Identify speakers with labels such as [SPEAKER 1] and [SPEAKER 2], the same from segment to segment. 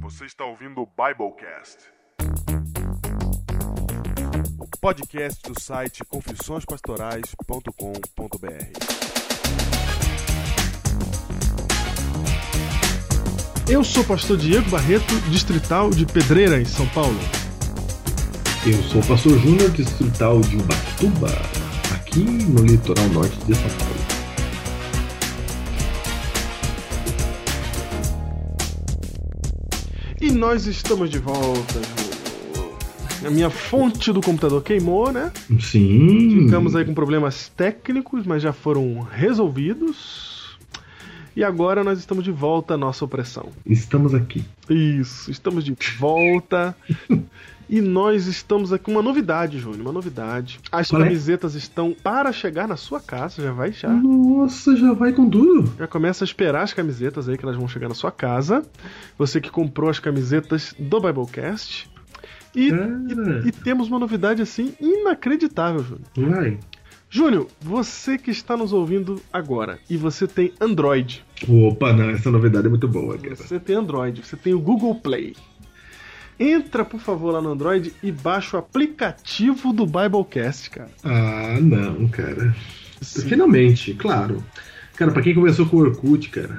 [SPEAKER 1] Você está ouvindo o Biblecast. O podcast do site confissõespastorais.com.br.
[SPEAKER 2] Eu sou o pastor Diego Barreto, distrital de Pedreira, em São Paulo.
[SPEAKER 3] Eu sou o Pastor Júnior, distrital de Ubatuba, aqui no litoral norte de São Paulo.
[SPEAKER 2] E nós estamos de volta, Júlio. A minha fonte do computador queimou, né?
[SPEAKER 3] Sim.
[SPEAKER 2] Ficamos aí com problemas técnicos, mas já foram resolvidos. E agora nós estamos de volta à nossa opressão.
[SPEAKER 3] Estamos aqui.
[SPEAKER 2] Isso, estamos de volta. E nós estamos aqui com uma novidade, Júnior, uma novidade. As
[SPEAKER 3] Qual é?
[SPEAKER 2] camisetas estão para chegar na sua casa, já vai já.
[SPEAKER 3] Nossa, já vai com tudo.
[SPEAKER 2] Já começa a esperar as camisetas aí que elas vão chegar na sua casa. Você que comprou as camisetas do Biblecast. E,
[SPEAKER 3] Cara.
[SPEAKER 2] e- e temos uma novidade assim inacreditável, Júnior.
[SPEAKER 3] Vai.
[SPEAKER 2] Júnior, você que está nos ouvindo agora e você tem Android.
[SPEAKER 3] Opa, não, essa novidade é muito boa, cara.
[SPEAKER 2] Você tem Android, você tem o Google Play. Entra, por favor, lá no Android e baixa o aplicativo do Biblecast, cara.
[SPEAKER 3] Ah, não, cara. Finalmente, claro. Cara, pra quem começou com o Orkut, cara.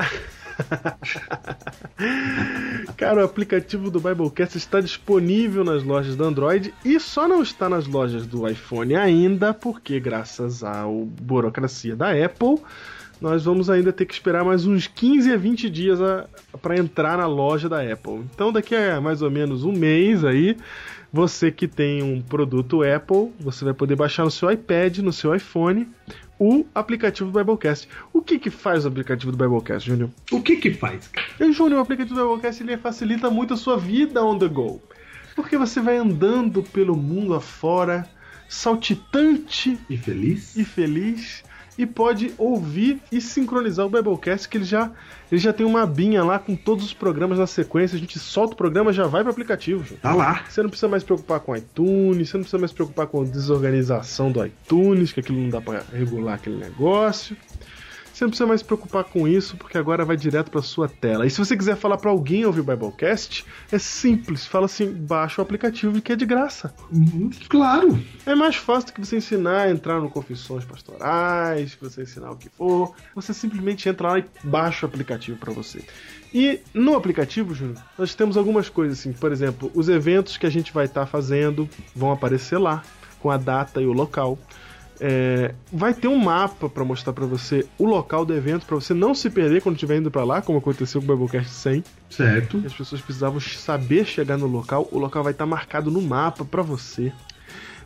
[SPEAKER 2] Cara, o aplicativo do Biblecast está disponível nas lojas do Android e só não está nas lojas do iPhone ainda, porque graças à burocracia da Apple, nós vamos ainda ter que esperar mais uns 15 a 20 dias para entrar na loja da Apple. Então, daqui a mais ou menos um mês aí, você que tem um produto Apple, você vai poder baixar no seu iPad, no seu iPhone, o aplicativo do Biblecast. O que que faz o aplicativo do Biblecast, Júnior?
[SPEAKER 3] O que que faz, cara?
[SPEAKER 2] E, Júnior, o aplicativo do Biblecast ele facilita muito a sua vida on the go. Porque você vai andando pelo mundo afora, saltitante
[SPEAKER 3] E feliz?
[SPEAKER 2] e feliz, e pode ouvir e sincronizar o Biblecast, que ele já, ele já tem uma abinha lá com todos os programas na sequência. A gente solta o programa já vai pro aplicativo, Júnior.
[SPEAKER 3] Tá lá.
[SPEAKER 2] Você não precisa mais se preocupar com iTunes, você não precisa mais se preocupar com a desorganização do iTunes, que aquilo não dá pra regular aquele negócio. Você não precisa mais se preocupar com isso, porque agora vai direto pra sua tela. E se você quiser falar pra alguém ouvir o Biblecast, é simples. Fala assim, baixa o aplicativo e que é de graça.
[SPEAKER 3] Hum, Claro.
[SPEAKER 2] É mais fácil do que você ensinar a entrar no Confissões Pastorais, que você ensinar o que for. Você simplesmente entra lá e baixa o aplicativo pra você. E no aplicativo, Júnior, nós temos algumas coisas assim. Por exemplo, os eventos que a gente vai estar fazendo vão aparecer lá, com a data e o local. É, vai ter um mapa pra mostrar pra você o local do evento, pra você não se perder quando estiver indo pra lá, como aconteceu com o Biblecast 100.
[SPEAKER 3] Certo.
[SPEAKER 2] As pessoas precisavam saber chegar no local. O local vai estar marcado no mapa para você.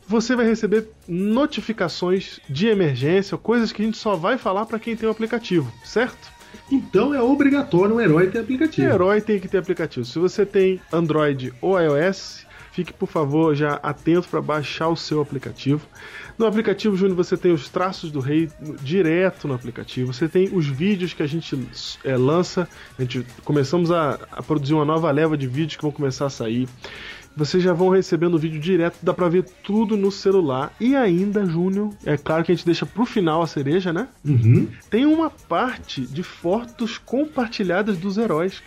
[SPEAKER 2] Você vai receber notificações de emergência, coisas que a gente só vai falar para quem tem o aplicativo, certo?
[SPEAKER 3] Então é obrigatório um herói ter
[SPEAKER 2] Que
[SPEAKER 3] aplicativo.
[SPEAKER 2] herói tem que ter aplicativo. Se você tem Android ou iOS, fique por favor já atento para baixar o seu aplicativo. No aplicativo Júnior você tem os traços do rei no- direto no aplicativo. Você tem os vídeos que a gente eh, lança. A gente começamos a, a produzir uma nova leva de vídeos que vão começar a sair. Vocês já vão recebendo o vídeo direto, dá pra ver tudo no celular. E ainda, Júnior, é claro que a gente deixa pro final a cereja, né?
[SPEAKER 3] Uhum.
[SPEAKER 2] Tem uma parte de fotos compartilhadas dos heróis.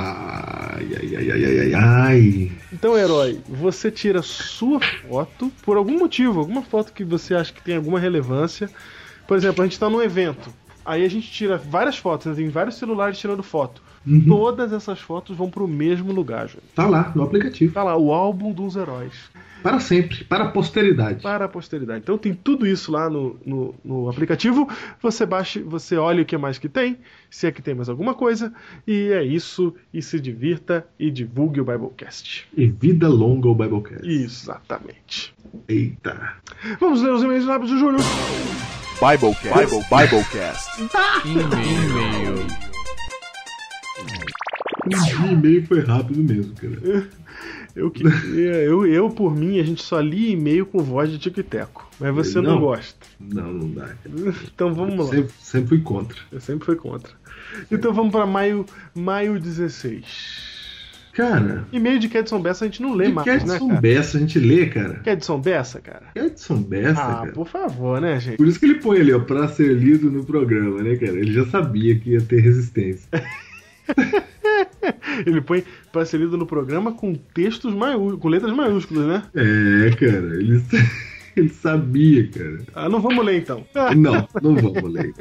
[SPEAKER 3] Ai, ai, ai, ai, ai, ai, ai.
[SPEAKER 2] Então, herói, você tira sua foto por algum motivo, alguma foto que você acha que tem alguma relevância. Por exemplo, a gente está num evento. Aí a gente tira várias fotos, né? tem vários celulares tirando foto. Todas essas fotos vão pro mesmo lugar, Júlio.
[SPEAKER 3] Tá lá no aplicativo.
[SPEAKER 2] Tá lá, o álbum dos heróis.
[SPEAKER 3] Para sempre, para a posteridade.
[SPEAKER 2] Para a posteridade. Então tem tudo isso lá no, no, no aplicativo. Você baixa, você olha o que mais que tem, se é que tem mais alguma coisa. E é isso. E se divirta e divulgue o Biblecast.
[SPEAKER 3] E vida longa ao Biblecast.
[SPEAKER 2] Exatamente.
[SPEAKER 3] Eita.
[SPEAKER 2] Vamos ler os e-mails rápidos do Júlio.
[SPEAKER 1] Biblecast. Bible, Biblecast.
[SPEAKER 3] O e-mail foi rápido mesmo, cara.
[SPEAKER 2] Eu, que- eu, eu, por mim, a gente só lia e-mail com voz de tico-teco. Mas você não.
[SPEAKER 3] Não.
[SPEAKER 2] gosta.
[SPEAKER 3] Não, não dá, cara.
[SPEAKER 2] Então vamos lá.
[SPEAKER 3] Sempre, sempre fui contra.
[SPEAKER 2] Eu sempre fui contra. Então vamos pra maio, maio 16.
[SPEAKER 3] Cara,
[SPEAKER 2] E-mail de Kedson Bessa a gente não lê
[SPEAKER 3] de
[SPEAKER 2] mais,
[SPEAKER 3] Kedson
[SPEAKER 2] né, cara?
[SPEAKER 3] Bessa a gente lê, cara.
[SPEAKER 2] Kedson Bessa, cara?
[SPEAKER 3] Kedson Bessa,
[SPEAKER 2] ah,
[SPEAKER 3] cara.
[SPEAKER 2] por favor, né, gente?
[SPEAKER 3] Por isso que ele põe ali, ó, pra ser lido no programa, né, cara? Ele já sabia que ia ter resistência.
[SPEAKER 2] Ele põe pra ser lido no programa com textos maiúsculos, com letras maiúsculas, né?
[SPEAKER 3] É, cara, ele, ele sabia, cara.
[SPEAKER 2] Ah, não vamos ler então.
[SPEAKER 3] Não, não vamos ler.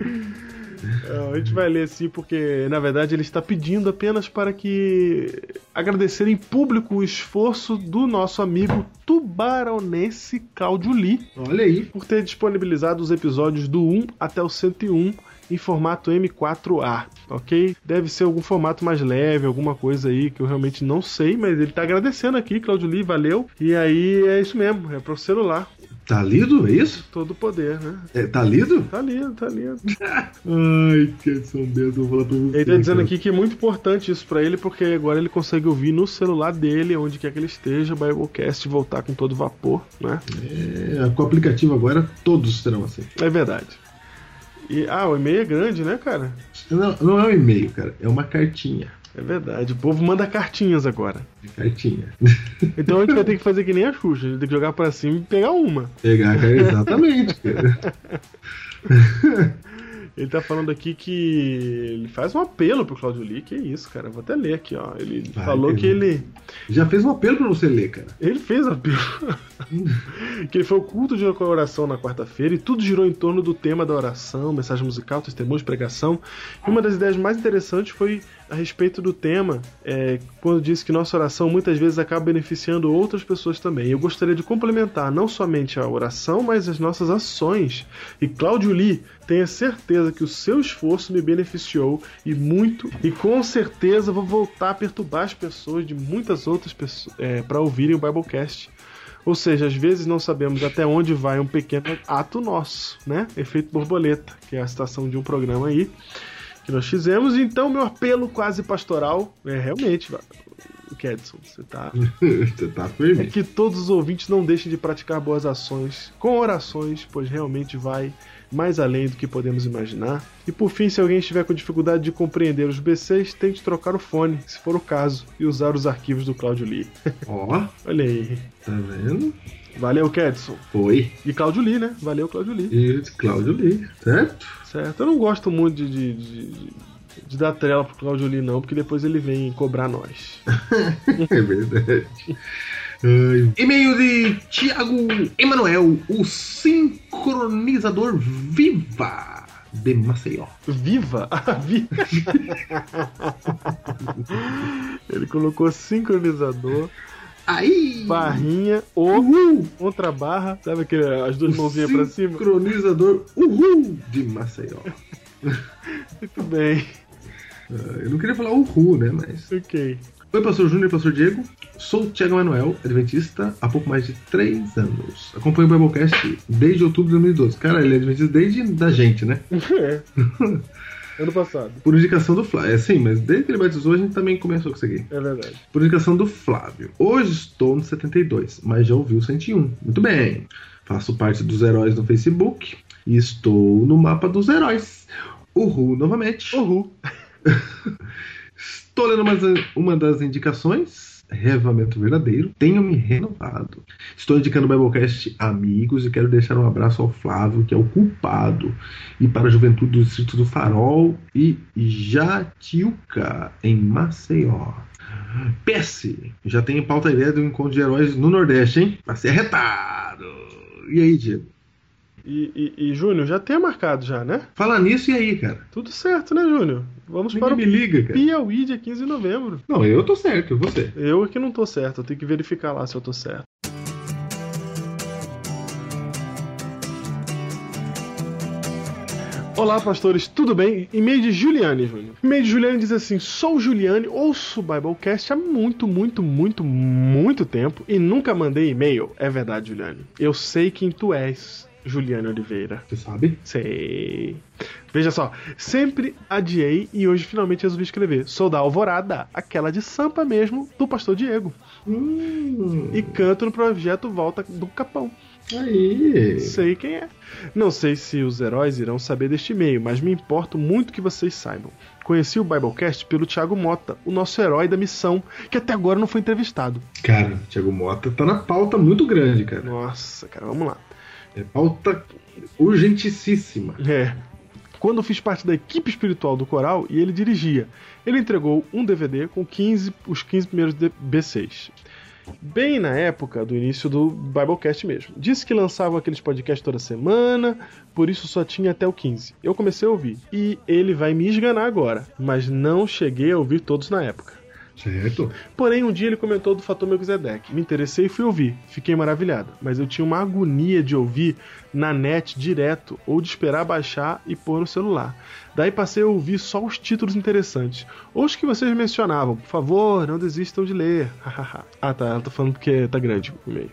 [SPEAKER 2] É, A gente vai ler sim, porque na verdade ele está pedindo apenas para que agradecer em público o esforço do nosso amigo tubaronense Cláudio Lee
[SPEAKER 3] Olha aí.
[SPEAKER 2] por ter disponibilizado os episódios do 1 até o 101 em formato M4A, ok? Deve ser algum formato mais leve, alguma coisa aí que eu realmente não sei, mas ele tá agradecendo aqui, Cláudio Lee, valeu. E aí é isso mesmo, é pro celular,
[SPEAKER 3] Tá lido, é isso?
[SPEAKER 2] todo o poder, né?
[SPEAKER 3] É, tá lido?
[SPEAKER 2] Tá lindo, tá lindo.
[SPEAKER 3] Ai, que são Deus, eu vou falar pra você.
[SPEAKER 2] Ele tá dizendo
[SPEAKER 3] cara.
[SPEAKER 2] aqui que é muito importante isso pra ele, porque agora ele consegue ouvir no celular dele, onde quer que ele esteja, o Biblecast voltar com todo vapor, né?
[SPEAKER 3] É, com o aplicativo agora, todos serão assim.
[SPEAKER 2] É verdade. E, ah, o e-mail é grande, né, cara?
[SPEAKER 3] Não, não é um e-mail, cara, é uma cartinha.
[SPEAKER 2] É verdade. O povo manda cartinhas agora.
[SPEAKER 3] Cartinha.
[SPEAKER 2] Então a gente vai ter que fazer que nem a Xuxa, a gente tem que jogar pra cima e pegar uma.
[SPEAKER 3] Pegar, cara, exatamente, cara.
[SPEAKER 2] Ele tá falando aqui que ele faz um apelo pro Claudio Lee, que é isso, cara. Vou até ler aqui, ó. Ele
[SPEAKER 3] Vai,
[SPEAKER 2] falou que
[SPEAKER 3] Pedro.
[SPEAKER 2] ele
[SPEAKER 3] Já fez um apelo pra você ler, cara.
[SPEAKER 2] Ele fez a Bíblia. que ele foi ao culto de oração na quarta-feira e tudo girou em torno do tema da oração, mensagem musical, testemunhos, pregação. E uma das ideias mais interessantes foi a respeito do tema, é, quando disse que nossa oração muitas vezes acaba beneficiando outras pessoas também. Eu gostaria de complementar não somente a oração, mas as nossas ações. E Cláudio Lee, tenha certeza que o seu esforço me beneficiou e muito, e com certeza vou voltar a perturbar as pessoas de muitas outras pessoas para ouvirem o Biblecast. Ou seja, às vezes não sabemos até onde vai um pequeno ato nosso, né? Efeito borboleta, que é a citação de um programa aí que nós fizemos. Então, meu apelo quase pastoral é realmente, Kedson, você tá
[SPEAKER 3] Você tá
[SPEAKER 2] é
[SPEAKER 3] firme.
[SPEAKER 2] que todos os ouvintes não deixem de praticar boas ações com orações, pois realmente vai mais além do que podemos imaginar. E por fim, se alguém estiver com dificuldade de compreender os BCs, tente trocar o fone, se for o caso, e usar os arquivos do Claudio Lee.
[SPEAKER 3] Ó,
[SPEAKER 2] Olha aí.
[SPEAKER 3] tá vendo?
[SPEAKER 2] Valeu, Kedson.
[SPEAKER 3] Foi.
[SPEAKER 2] E Claudio Lee, né? Valeu, Claudio Lee.
[SPEAKER 3] E Cláudio Lee, certo?
[SPEAKER 2] Certo? Eu não gosto muito de, de, de- de dar trela pro Claudio Lee, não, porque depois ele vem cobrar nós.
[SPEAKER 3] É verdade. Ai, E-mail de Thiago Emanuel, o sincronizador Viva de Maceió.
[SPEAKER 2] Viva! Ah, vi- Ele colocou sincronizador,
[SPEAKER 3] Aí!
[SPEAKER 2] barrinha, ou
[SPEAKER 3] Uhul!
[SPEAKER 2] contra a barra, sabe aquele, as duas mãozinhas pra cima?
[SPEAKER 3] Sincronizador Uhul de Maceió.
[SPEAKER 2] Muito bem,
[SPEAKER 3] Ah, Eu não queria falar Uhul, né? Mas.
[SPEAKER 2] ok.
[SPEAKER 3] Oi, pastor Júnior e pastor Diego. Sou o Thiago Emanuel, adventista há pouco mais de 3 anos. Acompanho o Biblecast desde outubro de 2012. Cara, ele é adventista desde da gente, né?
[SPEAKER 2] É. Ano passado,
[SPEAKER 3] Por indicação do Flávio. É sim, mas desde que ele batizou a gente também começou com isso aqui.
[SPEAKER 2] é verdade.
[SPEAKER 3] Por indicação do Flávio. Hoje estou no 72, mas já ouvi o 101. Muito bem. Faço parte dos heróis no Facebook e estou no mapa dos heróis. Uhul, novamente.
[SPEAKER 2] Uhul.
[SPEAKER 3] Estou lendo uma, uma das indicações. Reavamento verdadeiro. Tenho me renovado. Estou indicando o Biblecast amigos e quero deixar um abraço ao Flávio, que é o culpado, e para a juventude do Distrito do Farol e Jatiuca, em Maceió. PS, já tem em pauta a ideia de um encontro de heróis no Nordeste, hein? Vai ser arretado! E aí, Diego?
[SPEAKER 2] E, e, e Júnior, já tem marcado já, né?
[SPEAKER 3] Fala nisso e aí, cara?
[SPEAKER 2] Tudo certo, né, Júnior? Vamos para
[SPEAKER 3] Ninguém
[SPEAKER 2] o
[SPEAKER 3] me liga, cara.
[SPEAKER 2] Piauí, dia 15 de novembro.
[SPEAKER 3] Não, eu tô certo, você.
[SPEAKER 2] Eu é que não tô certo, eu tenho que verificar lá se eu tô certo. Olá, pastores, tudo bem? E-mail de Juliane, Júnior. E-mail de Juliane diz assim: Sou Juliane, ouço o Biblecast há muito, muito, muito, muito tempo e nunca mandei e-mail. É verdade, Juliane. Eu sei quem tu és, Juliane Oliveira.
[SPEAKER 3] Você sabe?
[SPEAKER 2] Sei. Veja só, sempre adiei e hoje finalmente resolvi escrever. Sou da Alvorada, aquela de Sampa mesmo, do pastor Diego.
[SPEAKER 3] Hum,
[SPEAKER 2] E canto no projeto Volta do Capão.
[SPEAKER 3] aí.
[SPEAKER 2] Sei quem é. Não sei se os heróis irão saber deste e-mail, mas me importo muito que vocês saibam. Conheci o Biblecast pelo Thiago Mota, o nosso herói da missão, que até agora não foi entrevistado.
[SPEAKER 3] Cara, Thiago Mota tá na pauta muito grande, cara.
[SPEAKER 2] Nossa, cara, vamos lá.
[SPEAKER 3] É pauta urgentíssima.
[SPEAKER 2] É. quando eu fiz parte da equipe espiritual do coral e ele dirigia. Ele entregou um DVD com 15, os 15 primeiros B6 bem na época do início do Biblecast mesmo. Disse que lançava aqueles podcasts toda semana, por isso só tinha até o 15. Eu comecei a ouvir e ele vai me esganar agora, mas não cheguei a ouvir todos na época.
[SPEAKER 3] Certo.
[SPEAKER 2] Porém, um dia ele comentou do Fator Melchizedek. Me interessei e fui ouvir. Fiquei maravilhada. Mas eu tinha uma agonia de ouvir na net direto ou de esperar baixar e pôr no celular. Daí passei a ouvir só os títulos interessantes. Ou os que vocês mencionavam. Por favor, não desistam de ler. ah, tá. Ela tá falando porque tá grande o e-mail.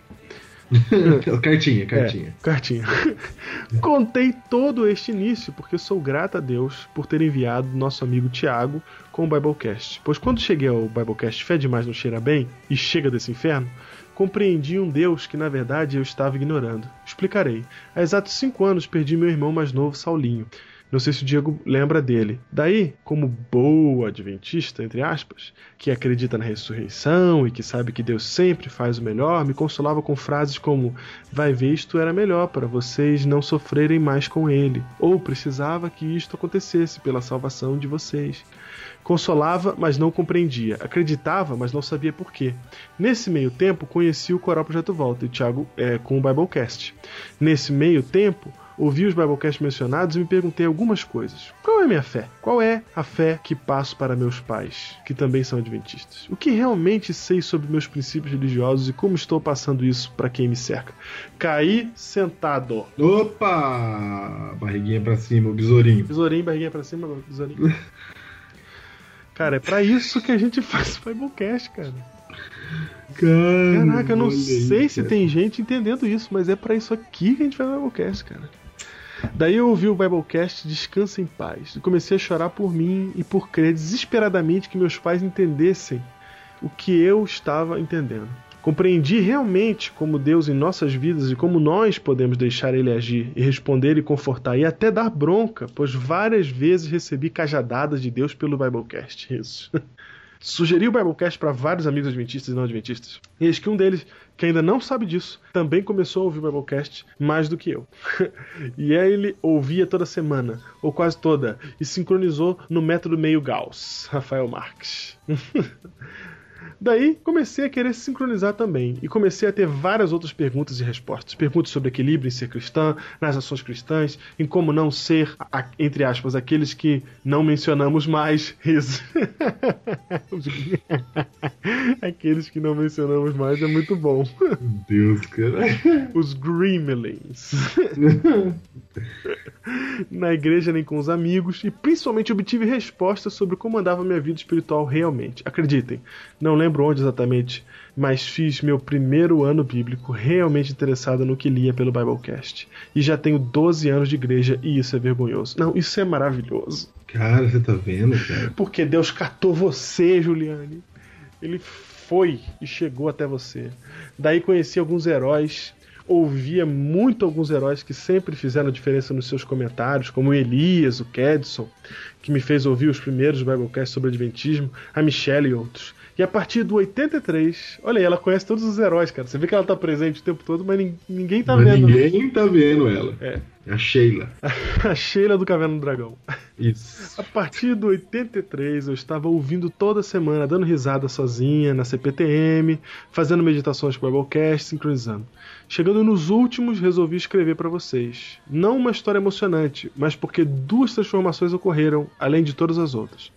[SPEAKER 3] cartinha, cartinha.
[SPEAKER 2] É, cartinha. Contei todo este início porque sou grata a Deus por ter enviado nosso amigo Tiago com o Biblecast. Pois quando cheguei ao Biblecast Fé Demais Não Cheira Bem e Chega desse Inferno, compreendi um Deus que na verdade eu estava ignorando. Explicarei. Há exatos cinco anos perdi meu irmão mais novo, Saulinho. Não sei se o Diego lembra dele. Daí, como boa adventista, entre aspas, que acredita na ressurreição e que sabe que Deus sempre faz o melhor, me consolava com frases como: Vai ver, isto era melhor para vocês não sofrerem mais com ele. Ou precisava que isto acontecesse pela salvação de vocês. Consolava, mas não compreendia. Acreditava, mas não sabia por quê. Nesse meio tempo, conheci o Coral Projeto Volta e Thiago é, com o Biblecast. Nesse meio tempo, ouvi os Biblecasts mencionados e me perguntei algumas coisas. Qual é a minha fé? Qual é a fé que passo para meus pais, que também são adventistas? O que realmente sei sobre meus princípios religiosos e como estou passando isso para quem me cerca? Caí sentado.
[SPEAKER 3] Opa! Barriguinha pra cima, o besourinho.
[SPEAKER 2] Besourinho, barriguinha pra cima, besourinho. cara, é pra isso que a gente faz o Biblecast, cara.
[SPEAKER 3] Cara,
[SPEAKER 2] Caraca, eu não
[SPEAKER 3] olha aí,
[SPEAKER 2] sei se
[SPEAKER 3] cara.
[SPEAKER 2] tem gente entendendo isso, mas é pra isso aqui que a gente faz o Biblecast, cara. Daí eu ouvi o Biblecast Descansa em Paz e comecei a chorar por mim e por crer desesperadamente que meus pais entendessem o que eu estava entendendo. Compreendi realmente como Deus em nossas vidas e como nós podemos deixar Ele agir e responder e confortar e até dar bronca, pois várias vezes recebi cajadadas de Deus pelo Biblecast. Isso. Sugeri o Biblecast para vários amigos adventistas e não adventistas. E eis que um deles, que ainda não sabe disso, também começou a ouvir o Biblecast mais do que eu. e aí ele ouvia toda semana, ou quase toda, e sincronizou no método meio Gauss, Rafael Marques. Daí comecei a querer sincronizar também e comecei a ter várias outras perguntas e respostas. Perguntas sobre equilíbrio em ser cristã, nas ações cristãs, em como não ser, a- a- entre aspas, aqueles que não mencionamos mais. Riso. aqueles que não mencionamos mais é muito bom.
[SPEAKER 3] Meu Deus, cara.
[SPEAKER 2] Os Gremlins. Na igreja nem com os amigos e principalmente obtive respostas sobre como andava minha vida espiritual realmente. Acreditem, não lembro onde exatamente, mas fiz meu primeiro ano bíblico realmente interessado no que lia pelo Biblecast. E já tenho 12 anos de igreja e isso é vergonhoso. Não, isso é maravilhoso.
[SPEAKER 3] Cara, você tá vendo, cara?
[SPEAKER 2] Porque Deus catou você, Juliane. Ele foi e chegou até você. Daí conheci alguns heróis, ouvia muito alguns heróis que sempre fizeram diferença nos seus comentários, como o Elias, o Kedson, que me fez ouvir os primeiros Biblecasts sobre Adventismo, a Michelle e outros. E a partir do 83, olha aí, ela conhece todos os heróis, cara. Você vê que ela tá presente o tempo todo, mas nin- ninguém tá
[SPEAKER 3] Mas
[SPEAKER 2] vendo. né?
[SPEAKER 3] ninguém tá vendo ela.
[SPEAKER 2] É.
[SPEAKER 3] A Sheila.
[SPEAKER 2] A Sheila do Caverna do Dragão.
[SPEAKER 3] Isso.
[SPEAKER 2] A partir do 83, eu estava ouvindo toda semana, dando risada sozinha na CPTM, fazendo meditações com o Biblecast, sincronizando. Chegando nos últimos, resolvi escrever para vocês. Não uma história emocionante, mas porque duas transformações ocorreram, além de todas as outras.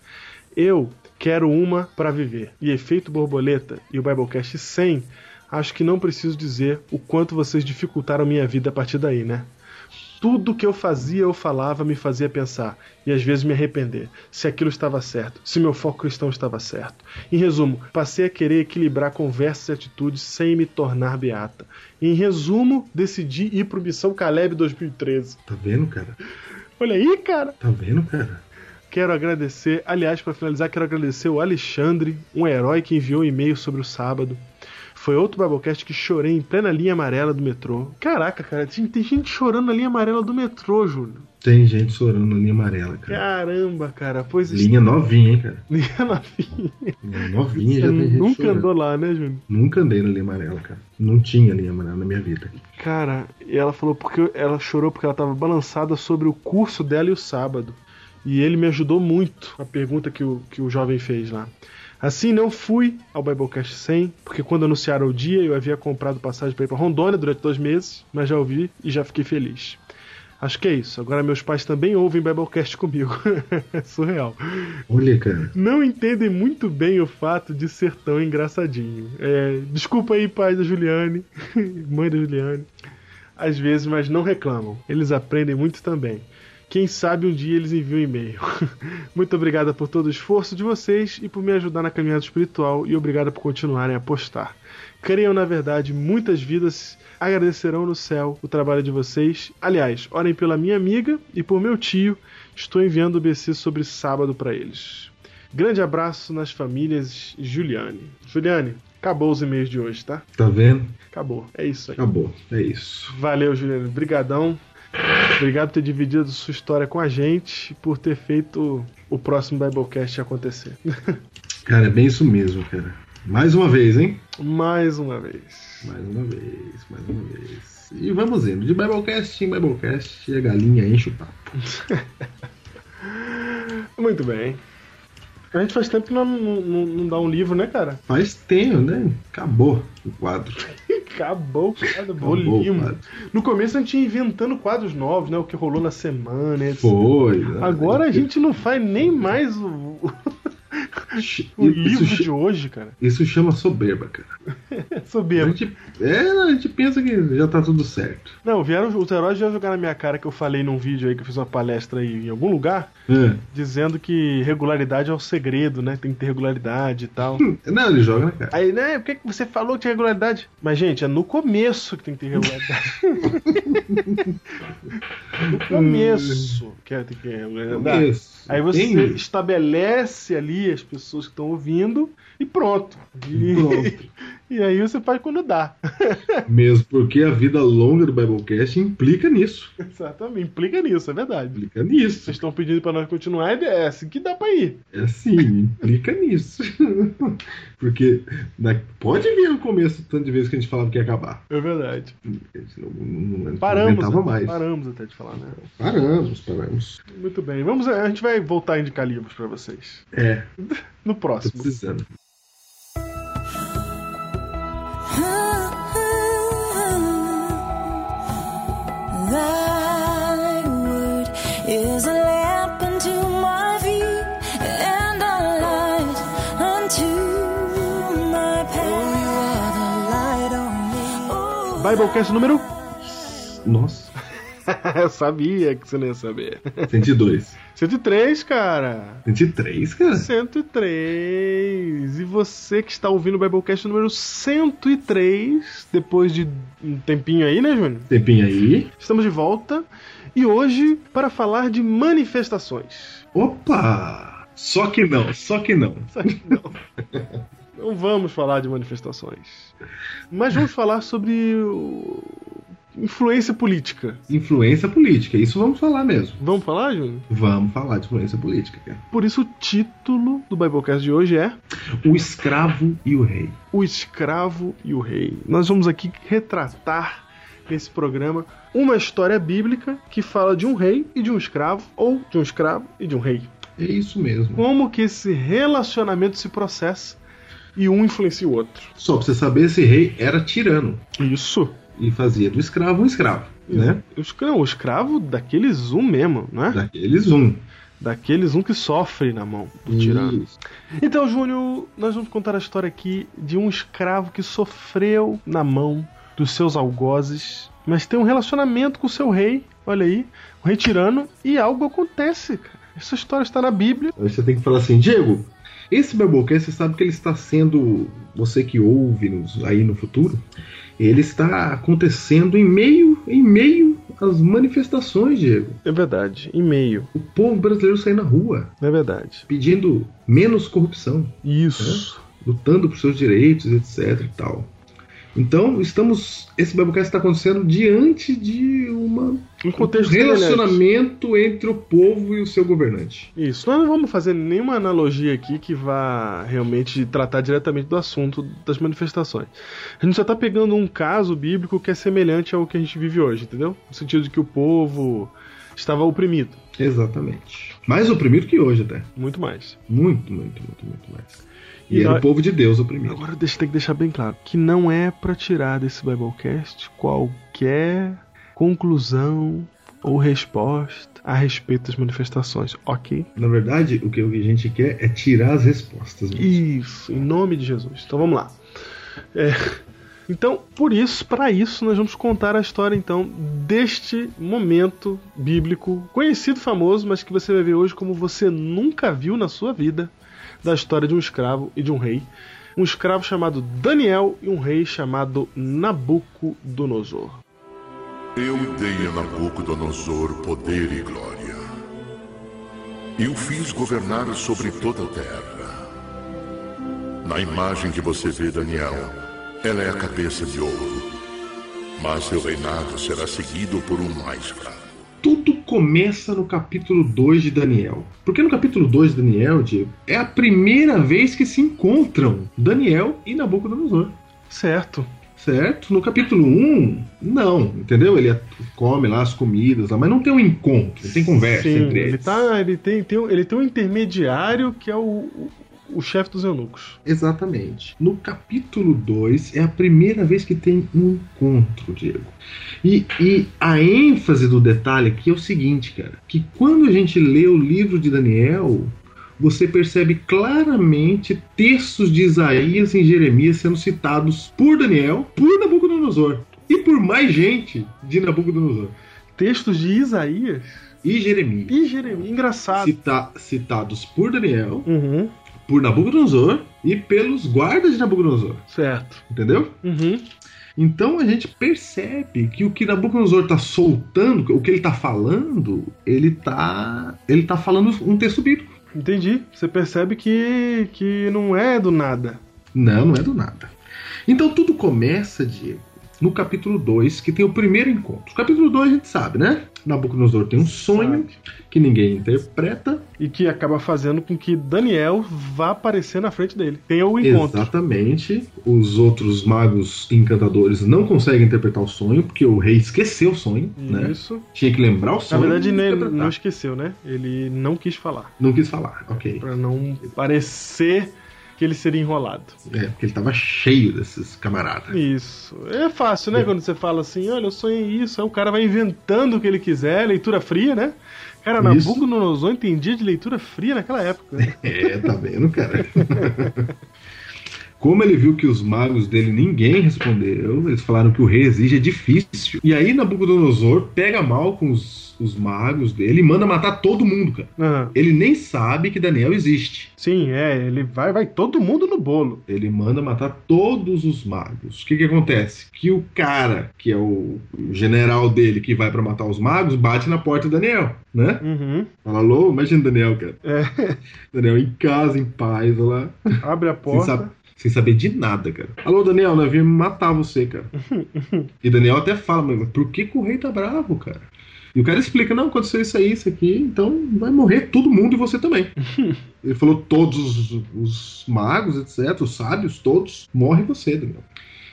[SPEAKER 2] Eu quero uma para viver. E efeito borboleta e o Biblecast 100, acho que não preciso dizer o quanto vocês dificultaram minha vida a partir daí, né? Tudo que eu fazia ou falava me fazia pensar e às vezes me arrepender se aquilo estava certo, se meu foco cristão estava certo. Em resumo, passei a querer equilibrar conversas e atitudes sem me tornar beata. Em resumo, decidi ir pro Missão Caleb 2013.
[SPEAKER 3] Tá vendo, cara?
[SPEAKER 2] Olha aí, cara!
[SPEAKER 3] Tá vendo, cara?
[SPEAKER 2] Quero agradecer, aliás, para finalizar, quero agradecer o Alexandre, um herói que enviou um e-mail sobre o sábado. Foi outro Biblecast que chorei em plena linha amarela do metrô. Caraca, cara, tem, tem gente chorando na linha amarela do metrô, Júlio.
[SPEAKER 3] Tem gente chorando na linha amarela, cara.
[SPEAKER 2] Caramba, cara, pois
[SPEAKER 3] Linha novinha, hein, cara.
[SPEAKER 2] Linha novinha.
[SPEAKER 3] Linha novinha já
[SPEAKER 2] Você
[SPEAKER 3] tem gente
[SPEAKER 2] nunca
[SPEAKER 3] chorando.
[SPEAKER 2] andou lá, né, Júlio?
[SPEAKER 3] Nunca andei na linha amarela, cara. Não tinha linha amarela na minha vida.
[SPEAKER 2] Cara, e ela falou porque ela chorou porque ela tava balançada sobre o curso dela e o sábado. E ele me ajudou muito, a pergunta que o, que o jovem fez lá. Assim, não fui ao Biblecast 100, porque quando anunciaram o dia, eu havia comprado passagem para ir para Rondônia durante dois meses, mas já ouvi e já fiquei feliz. Acho que é isso. Agora meus pais também ouvem Biblecast comigo. é surreal.
[SPEAKER 3] Olha, cara.
[SPEAKER 2] Não entendem muito bem o fato de ser tão engraçadinho. É, desculpa aí, pai da Juliane, mãe da Juliane. Às vezes, mas não reclamam. Eles aprendem muito também. Quem sabe um dia eles enviam um e-mail. muito obrigada por todo o esforço de vocês e por me ajudar na caminhada espiritual e obrigada por continuarem a postar. Creiam, na verdade, muitas vidas agradecerão no céu o trabalho de vocês. Aliás, orem pela minha amiga e por meu tio. Estou enviando o BC sobre sábado para eles. Grande abraço nas famílias Juliane. Juliane, acabou os e-mails de hoje, tá?
[SPEAKER 3] Tá vendo?
[SPEAKER 2] Acabou. É isso aí.
[SPEAKER 3] Acabou. É isso.
[SPEAKER 2] Valeu, Juliane. Brigadão. Obrigado por ter dividido sua história com a gente, por ter feito o próximo Biblecast acontecer.
[SPEAKER 3] Cara, é bem isso mesmo, cara. Mais uma vez, hein?
[SPEAKER 2] Mais uma vez.
[SPEAKER 3] Mais uma vez, mais uma vez. E vamos indo. De Biblecast em Biblecast, a galinha enche o papo.
[SPEAKER 2] Muito bem. A gente faz tempo que não, não, não- não dá um livro, né, cara?
[SPEAKER 3] Faz tempo, né? Acabou o quadro.
[SPEAKER 2] Acabou o quadro,
[SPEAKER 3] Acabou o
[SPEAKER 2] bolinho.
[SPEAKER 3] quadro.
[SPEAKER 2] No começo a gente ia inventando quadros novos, né? O que rolou na semana, etc.
[SPEAKER 3] Foi. né?
[SPEAKER 2] Agora a gente não faz nem mais o, o
[SPEAKER 3] isso,
[SPEAKER 2] livro
[SPEAKER 3] isso,
[SPEAKER 2] de hoje, cara.
[SPEAKER 3] isso chama soberba, cara.
[SPEAKER 2] É
[SPEAKER 3] A
[SPEAKER 2] soberbo.
[SPEAKER 3] gente, é, a gente pensa que já tá tudo certo.
[SPEAKER 2] Não, vieram os heróis já jogar na minha cara que eu falei num vídeo aí que eu fiz uma palestra aí em algum lugar,
[SPEAKER 3] É.
[SPEAKER 2] dizendo que regularidade é o segredo, né? Tem que ter regularidade e tal.
[SPEAKER 3] Não, ele joga na cara.
[SPEAKER 2] Aí, né, por que que você falou que tinha regularidade? Mas, gente, é no começo que tem que ter regularidade. no começo que é- tem que ter regularidade.
[SPEAKER 3] Isso.
[SPEAKER 2] Aí você
[SPEAKER 3] Tem-
[SPEAKER 2] estabelece ali as pessoas que estão ouvindo e pronto. E,
[SPEAKER 3] Pronto.
[SPEAKER 2] e aí você faz quando dá.
[SPEAKER 3] Mesmo porque a vida longa do Biblecast implica nisso.
[SPEAKER 2] Exatamente. Implica nisso, é verdade.
[SPEAKER 3] Implica nisso.
[SPEAKER 2] Vocês estão pedindo pra nós continuar, é assim que dá pra ir.
[SPEAKER 3] É sim, implica nisso. Porque na- pode vir no começo, tanto de vezes que a gente falava que ia acabar.
[SPEAKER 2] É verdade.
[SPEAKER 3] A gente não, não, não
[SPEAKER 2] Paramos,
[SPEAKER 3] aguentava
[SPEAKER 2] né?
[SPEAKER 3] mais.
[SPEAKER 2] paramos até de falar, né?
[SPEAKER 3] Paramos, paramos.
[SPEAKER 2] Muito bem. Vamos, eh, a gente vai voltar a indicar livros pra vocês
[SPEAKER 3] É,
[SPEAKER 2] no
[SPEAKER 3] tô
[SPEAKER 2] próximo.
[SPEAKER 3] precisando.
[SPEAKER 4] Thy word is a lamp unto my feet and a light unto my path. Oh, you are the light on me. Oh,
[SPEAKER 2] Biblecast número. um.
[SPEAKER 3] Nossa,
[SPEAKER 2] Eu sabia que você não ia saber.
[SPEAKER 3] 102.
[SPEAKER 2] 103, cara.
[SPEAKER 3] 103, cara?
[SPEAKER 2] 103. E você que está ouvindo o Biblecast número 103, depois de um tempinho aí, né, Júnior?
[SPEAKER 3] Tempinho aí.
[SPEAKER 2] Estamos de volta e hoje para falar de manifestações.
[SPEAKER 3] Opa! Só que não, só que não.
[SPEAKER 2] Só que Não. Não vamos falar de manifestações. Mas vamos falar sobre o- influência política.
[SPEAKER 3] Influência política, isso vamos falar mesmo.
[SPEAKER 2] Vamos falar, Júnior?
[SPEAKER 3] Vamos falar de influência política, cara.
[SPEAKER 2] Por isso o título do Biblecast de hoje é
[SPEAKER 3] O escravo e o rei.
[SPEAKER 2] O Escravo e o Rei. Nós vamos aqui retratar nesse programa uma história bíblica que fala de um rei e de um escravo, ou de um escravo e de um rei.
[SPEAKER 3] É isso mesmo.
[SPEAKER 2] Como que esse relacionamento se processa e um influencia o outro.
[SPEAKER 3] Só pra você saber, esse rei era tirano
[SPEAKER 2] Isso.
[SPEAKER 3] e fazia do escravo um escravo, né?
[SPEAKER 2] O escravo, o escravo daqueles um mesmo, né?
[SPEAKER 3] Daqueles um.
[SPEAKER 2] Daqueles um que sofre na mão do tirano.
[SPEAKER 3] Isso.
[SPEAKER 2] Então, Júnior, nós vamos contar a história aqui de um escravo que sofreu na mão dos seus algozes, mas tem um relacionamento com o seu rei, olha aí, o rei tirano, e algo acontece. cara. Essa história está na Bíblia.
[SPEAKER 3] Aí você tem que falar assim, Diego, esse Biblecast, você sabe que ele está sendo, você que ouve nos- aí no futuro, ele está acontecendo em meio, em meio às manifestações, Diego.
[SPEAKER 2] É verdade, e meio,
[SPEAKER 3] O povo brasileiro sai na rua
[SPEAKER 2] é verdade.
[SPEAKER 3] pedindo menos corrupção,
[SPEAKER 2] Isso.
[SPEAKER 3] lutando por seus direitos, etc e tal. Então, estamos. Esse Biblecast está acontecendo diante de uma,
[SPEAKER 2] Um contexto
[SPEAKER 3] um relacionamento entre o povo e o seu governante.
[SPEAKER 2] Isso, nós não vamos fazer nenhuma analogia aqui que vá realmente tratar diretamente do assunto das manifestações. A gente só tá pegando um caso bíblico que é semelhante ao que a gente vive hoje, entendeu? No sentido de que o povo estava oprimido,
[SPEAKER 3] Exatamente. Mais oprimido que hoje, até.
[SPEAKER 2] muito mais.
[SPEAKER 3] Muito, muito, muito, muito mais. E,
[SPEAKER 2] E
[SPEAKER 3] era
[SPEAKER 2] nós-
[SPEAKER 3] o povo de Deus oprimido.
[SPEAKER 2] Agora deixa, tem que deixar bem claro que não é para tirar desse Biblecast qualquer conclusão ou resposta a respeito das manifestações, ok?
[SPEAKER 3] Na verdade, o que o que a gente quer é tirar as respostas. né? mesmo.
[SPEAKER 2] Isso, em nome de Jesus. Então vamos lá. É, Então, por isso, para isso, nós vamos contar a história então deste momento bíblico conhecido, famoso, mas que você vai ver hoje como você nunca viu na sua vida, da história de um escravo e de um rei. Um escravo chamado Daniel e um rei chamado Nabucodonosor.
[SPEAKER 5] Eu dei a Nabucodonosor poder e glória. E o fiz governar sobre toda a terra. Na imagem que você vê, Daniel, ela é a cabeça de ouro. Mas seu reinado será seguido por um mais fraco.
[SPEAKER 3] Tudo começa no capítulo 2 de Daniel. Porque no capítulo 2 de Daniel, Diego, é a primeira vez que se encontram Daniel e Nabucodonosor.
[SPEAKER 2] Certo.
[SPEAKER 3] Certo? No capítulo 1, um, não, entendeu? Ele come lá as comidas, lá, mas não tem um encontro, não tem conversa
[SPEAKER 2] Sim,
[SPEAKER 3] entre
[SPEAKER 2] ele,
[SPEAKER 3] eles.
[SPEAKER 2] tá, ele, tem, tem um- ele tem um intermediário que é o, o, o chefe dos eunucos.
[SPEAKER 3] Exatamente. No capítulo 2 é a primeira vez que tem um encontro, Diego. E, e a ênfase do detalhe aqui é o seguinte, cara: que quando a gente lê o livro de Daniel, você percebe claramente textos de Isaías e Jeremias sendo citados por Daniel, por Nabucodonosor e por mais gente de Nabucodonosor
[SPEAKER 2] Textos de Isaías
[SPEAKER 3] e Jeremias.
[SPEAKER 2] E Jeremias, engraçado.
[SPEAKER 3] Cita- citados por Daniel,
[SPEAKER 2] Uhum,
[SPEAKER 3] por Nabucodonosor e pelos guardas de Nabucodonosor,
[SPEAKER 2] certo.
[SPEAKER 3] entendeu?
[SPEAKER 2] Uhum.
[SPEAKER 3] Então a gente percebe que o que Nabucodonosor tá soltando, o que ele tá falando, ele tá. ele tá falando um texto bíblico.
[SPEAKER 2] Entendi. Você percebe que, que não é do nada.
[SPEAKER 3] Não, não é do nada. Então tudo começa, Diego, no capítulo 2, que tem o primeiro encontro. O capítulo 2 a gente sabe, né? Nabucodonosor tem um sonho que ninguém interpreta.
[SPEAKER 2] E que acaba fazendo com que Daniel vá aparecer na frente dele. Tem o Um encontro.
[SPEAKER 3] Exatamente. Os outros magos encantadores não conseguem interpretar o sonho, porque o rei esqueceu o sonho, né?
[SPEAKER 2] Isso.
[SPEAKER 3] Tinha que lembrar o
[SPEAKER 2] Na
[SPEAKER 3] sonho.
[SPEAKER 2] verdade,
[SPEAKER 3] e
[SPEAKER 2] ele
[SPEAKER 3] interpretar.
[SPEAKER 2] não esqueceu, né? Ele não quis falar.
[SPEAKER 3] não quis falar, ok.
[SPEAKER 2] Pra não parecer que ele seria enrolado.
[SPEAKER 3] É, porque ele tava cheio desses camaradas.
[SPEAKER 2] Isso. É fácil, né? Quando você fala assim, olha, eu sonhei isso. Aí o cara vai inventando o que ele quiser, leitura fria, né? Cara,
[SPEAKER 3] Isso.
[SPEAKER 2] Nabucodonosor entendia de leitura fria naquela época. né?
[SPEAKER 3] É, tá vendo, cara? Como ele viu que os magos dele ninguém respondeu, eles falaram que o rei exige é difícil. E aí Nabucodonosor pega mal com os, os magos dele e manda matar todo mundo, cara.
[SPEAKER 2] Aham.
[SPEAKER 3] Ele nem sabe que Daniel existe.
[SPEAKER 2] Sim, é, ele vai, vai todo mundo no bolo.
[SPEAKER 3] Ele manda matar todos os magos. O que que acontece? Que o cara, que é o o general dele que vai pra matar os magos, bate na porta do Daniel, né?
[SPEAKER 2] Uhum.
[SPEAKER 3] Fala, alô, imagina o Daniel, cara. Daniel em casa, em paz, olha lá.
[SPEAKER 2] Abre a
[SPEAKER 3] Sem,
[SPEAKER 2] porta.
[SPEAKER 3] sab- sem saber de nada, cara. Alô, Daniel, nós viemos matar você, cara. e Daniel até fala, mas por que, que o rei tá bravo, cara? E o cara explica, não, aconteceu isso aí, isso aqui, então vai morrer todo mundo e você também. Ele falou, todos os, os magos, etc., os sábios, todos, morre você, Daniel.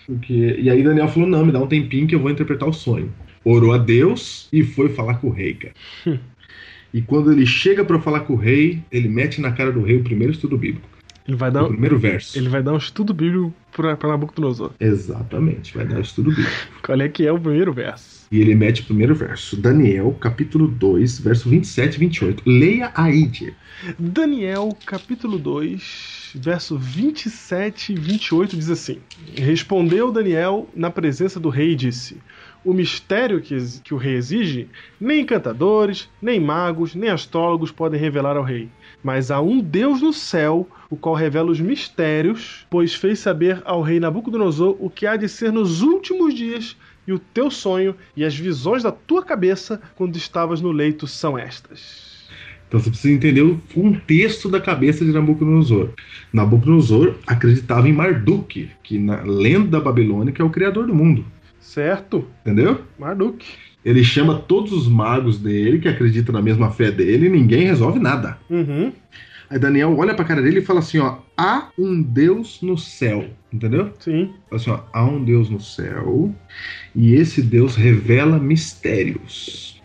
[SPEAKER 3] Porque- é- e aí Daniel falou, não, me dá um tempinho que eu vou interpretar o sonho. Orou a Deus e foi falar com o rei, cara. e quando ele chega pra falar com o rei, ele mete na cara do rei o primeiro estudo bíblico.
[SPEAKER 2] Ele, vai dar,
[SPEAKER 3] O primeiro verso.
[SPEAKER 2] ele vai dar um estudo bíblico pra, pra Nabucodonosor.
[SPEAKER 3] Exatamente, vai dar o estudo bíblico.
[SPEAKER 2] Qual é que é o primeiro verso?
[SPEAKER 3] E ele mete o primeiro verso. Daniel, capítulo 2, verso 27 e 28. Leia aí, Diego.
[SPEAKER 2] Daniel, capítulo 2, verso 27 e 28 diz assim: Respondeu Daniel na presença do rei e disse: O mistério que, ex- que o rei exige, nem encantadores, nem magos, nem astrólogos podem revelar ao rei. Mas há um Deus no céu, o qual revela os mistérios, pois fez saber ao rei Nabucodonosor o que há de ser nos últimos dias, e o teu sonho e as visões da tua cabeça quando estavas no leito são estas.
[SPEAKER 3] Então você precisa entender o contexto da cabeça de Nabucodonosor. Nabucodonosor acreditava em Marduk, que na lenda babilônica é o criador do mundo.
[SPEAKER 2] Certo?
[SPEAKER 3] Entendeu?
[SPEAKER 2] Marduk.
[SPEAKER 3] Ele chama todos os magos dele, que acreditam na mesma fé dele, e ninguém resolve nada.
[SPEAKER 2] Uhum.
[SPEAKER 3] Aí Daniel olha pra cara dele e fala assim: ó, há um Deus no céu. Entendeu?
[SPEAKER 2] Sim.
[SPEAKER 3] Fala assim, ó, há um Deus no céu, e esse Deus revela mistérios.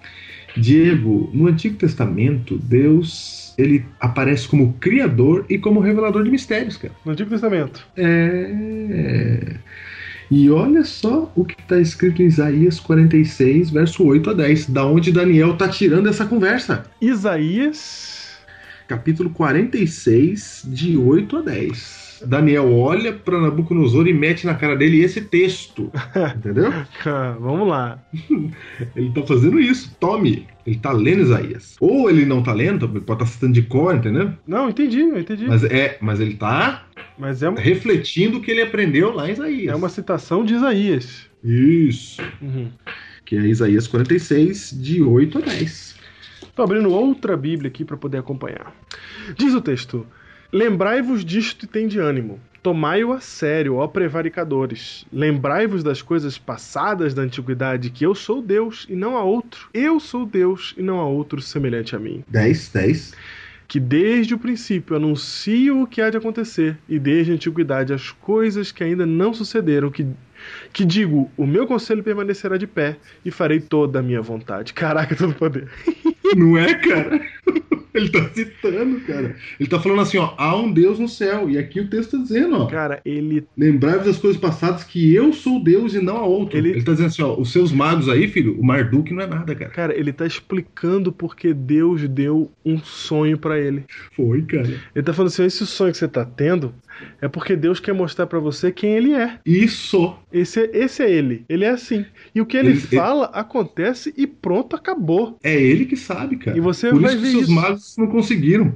[SPEAKER 3] Diego, no Antigo Testamento, Deus ele aparece como criador e como revelador de mistérios, cara.
[SPEAKER 2] No Antigo Testamento.
[SPEAKER 3] É. E olha só o que está escrito em Isaías 46, verso 8 a 10, da onde Daniel tá tirando essa conversa.
[SPEAKER 2] Isaías.
[SPEAKER 3] Capítulo 46, de 8 a 10. Daniel olha para Nabucodonosor e mete na cara dele esse texto. Entendeu?
[SPEAKER 2] Cara, Vamos lá.
[SPEAKER 3] Ele tá fazendo isso, tome. Ele tá lendo Isaías. Ou ele não tá lendo, ele pode estar citando de cor, entendeu?
[SPEAKER 2] Não, entendi, eu entendi. Mas,
[SPEAKER 3] Mas é, mas ele tá
[SPEAKER 2] é, uma,
[SPEAKER 3] refletindo o que ele aprendeu lá em Isaías.
[SPEAKER 2] é uma citação de Isaías.
[SPEAKER 3] Isso.
[SPEAKER 2] Uhum.
[SPEAKER 3] Que é Isaías 46, de 8 a 10.
[SPEAKER 2] Tô abrindo outra Bíblia aqui para poder acompanhar. Diz o texto: Lembrai-vos disto e tende ânimo. Tomai-o a sério, ó prevaricadores. Lembrai-vos das coisas passadas da antiguidade, que eu sou Deus e não há outro. Eu sou Deus e não há outro semelhante a mim.
[SPEAKER 3] 10, 10.
[SPEAKER 2] que desde o princípio anuncio o que há de acontecer, e desde a antiguidade as coisas que ainda não sucederam, que, que digo, o meu conselho permanecerá de pé, e farei toda a minha vontade. Caraca, todo poder.
[SPEAKER 3] Não é, cara? Ele tá citando, cara. Ele tá falando assim, ó, há um Deus no céu. E aqui o texto tá dizendo, ó.
[SPEAKER 2] Cara, ele.
[SPEAKER 3] Lembrai-vos das coisas passadas que eu sou Deus e não há outro.
[SPEAKER 2] Ele-
[SPEAKER 3] Ele... tá dizendo assim, ó, os seus magos aí, filho, o Marduk não é nada, cara.
[SPEAKER 2] Cara, ele tá explicando porque Deus deu um sonho pra ele.
[SPEAKER 3] Foi, cara.
[SPEAKER 2] Ele tá falando assim: esse sonho que você tá tendo é porque Deus quer mostrar pra você quem ele é.
[SPEAKER 3] Isso.
[SPEAKER 2] Esse é, esse é ele. Ele é assim. E o que ele,
[SPEAKER 3] Ele- ele-
[SPEAKER 2] fala acontece e pronto, acabou.
[SPEAKER 3] É ele que sabe, cara.
[SPEAKER 2] E você
[SPEAKER 3] Por
[SPEAKER 2] vai
[SPEAKER 3] isso que
[SPEAKER 2] ver
[SPEAKER 3] seus
[SPEAKER 2] isso.
[SPEAKER 3] magos não conseguiram.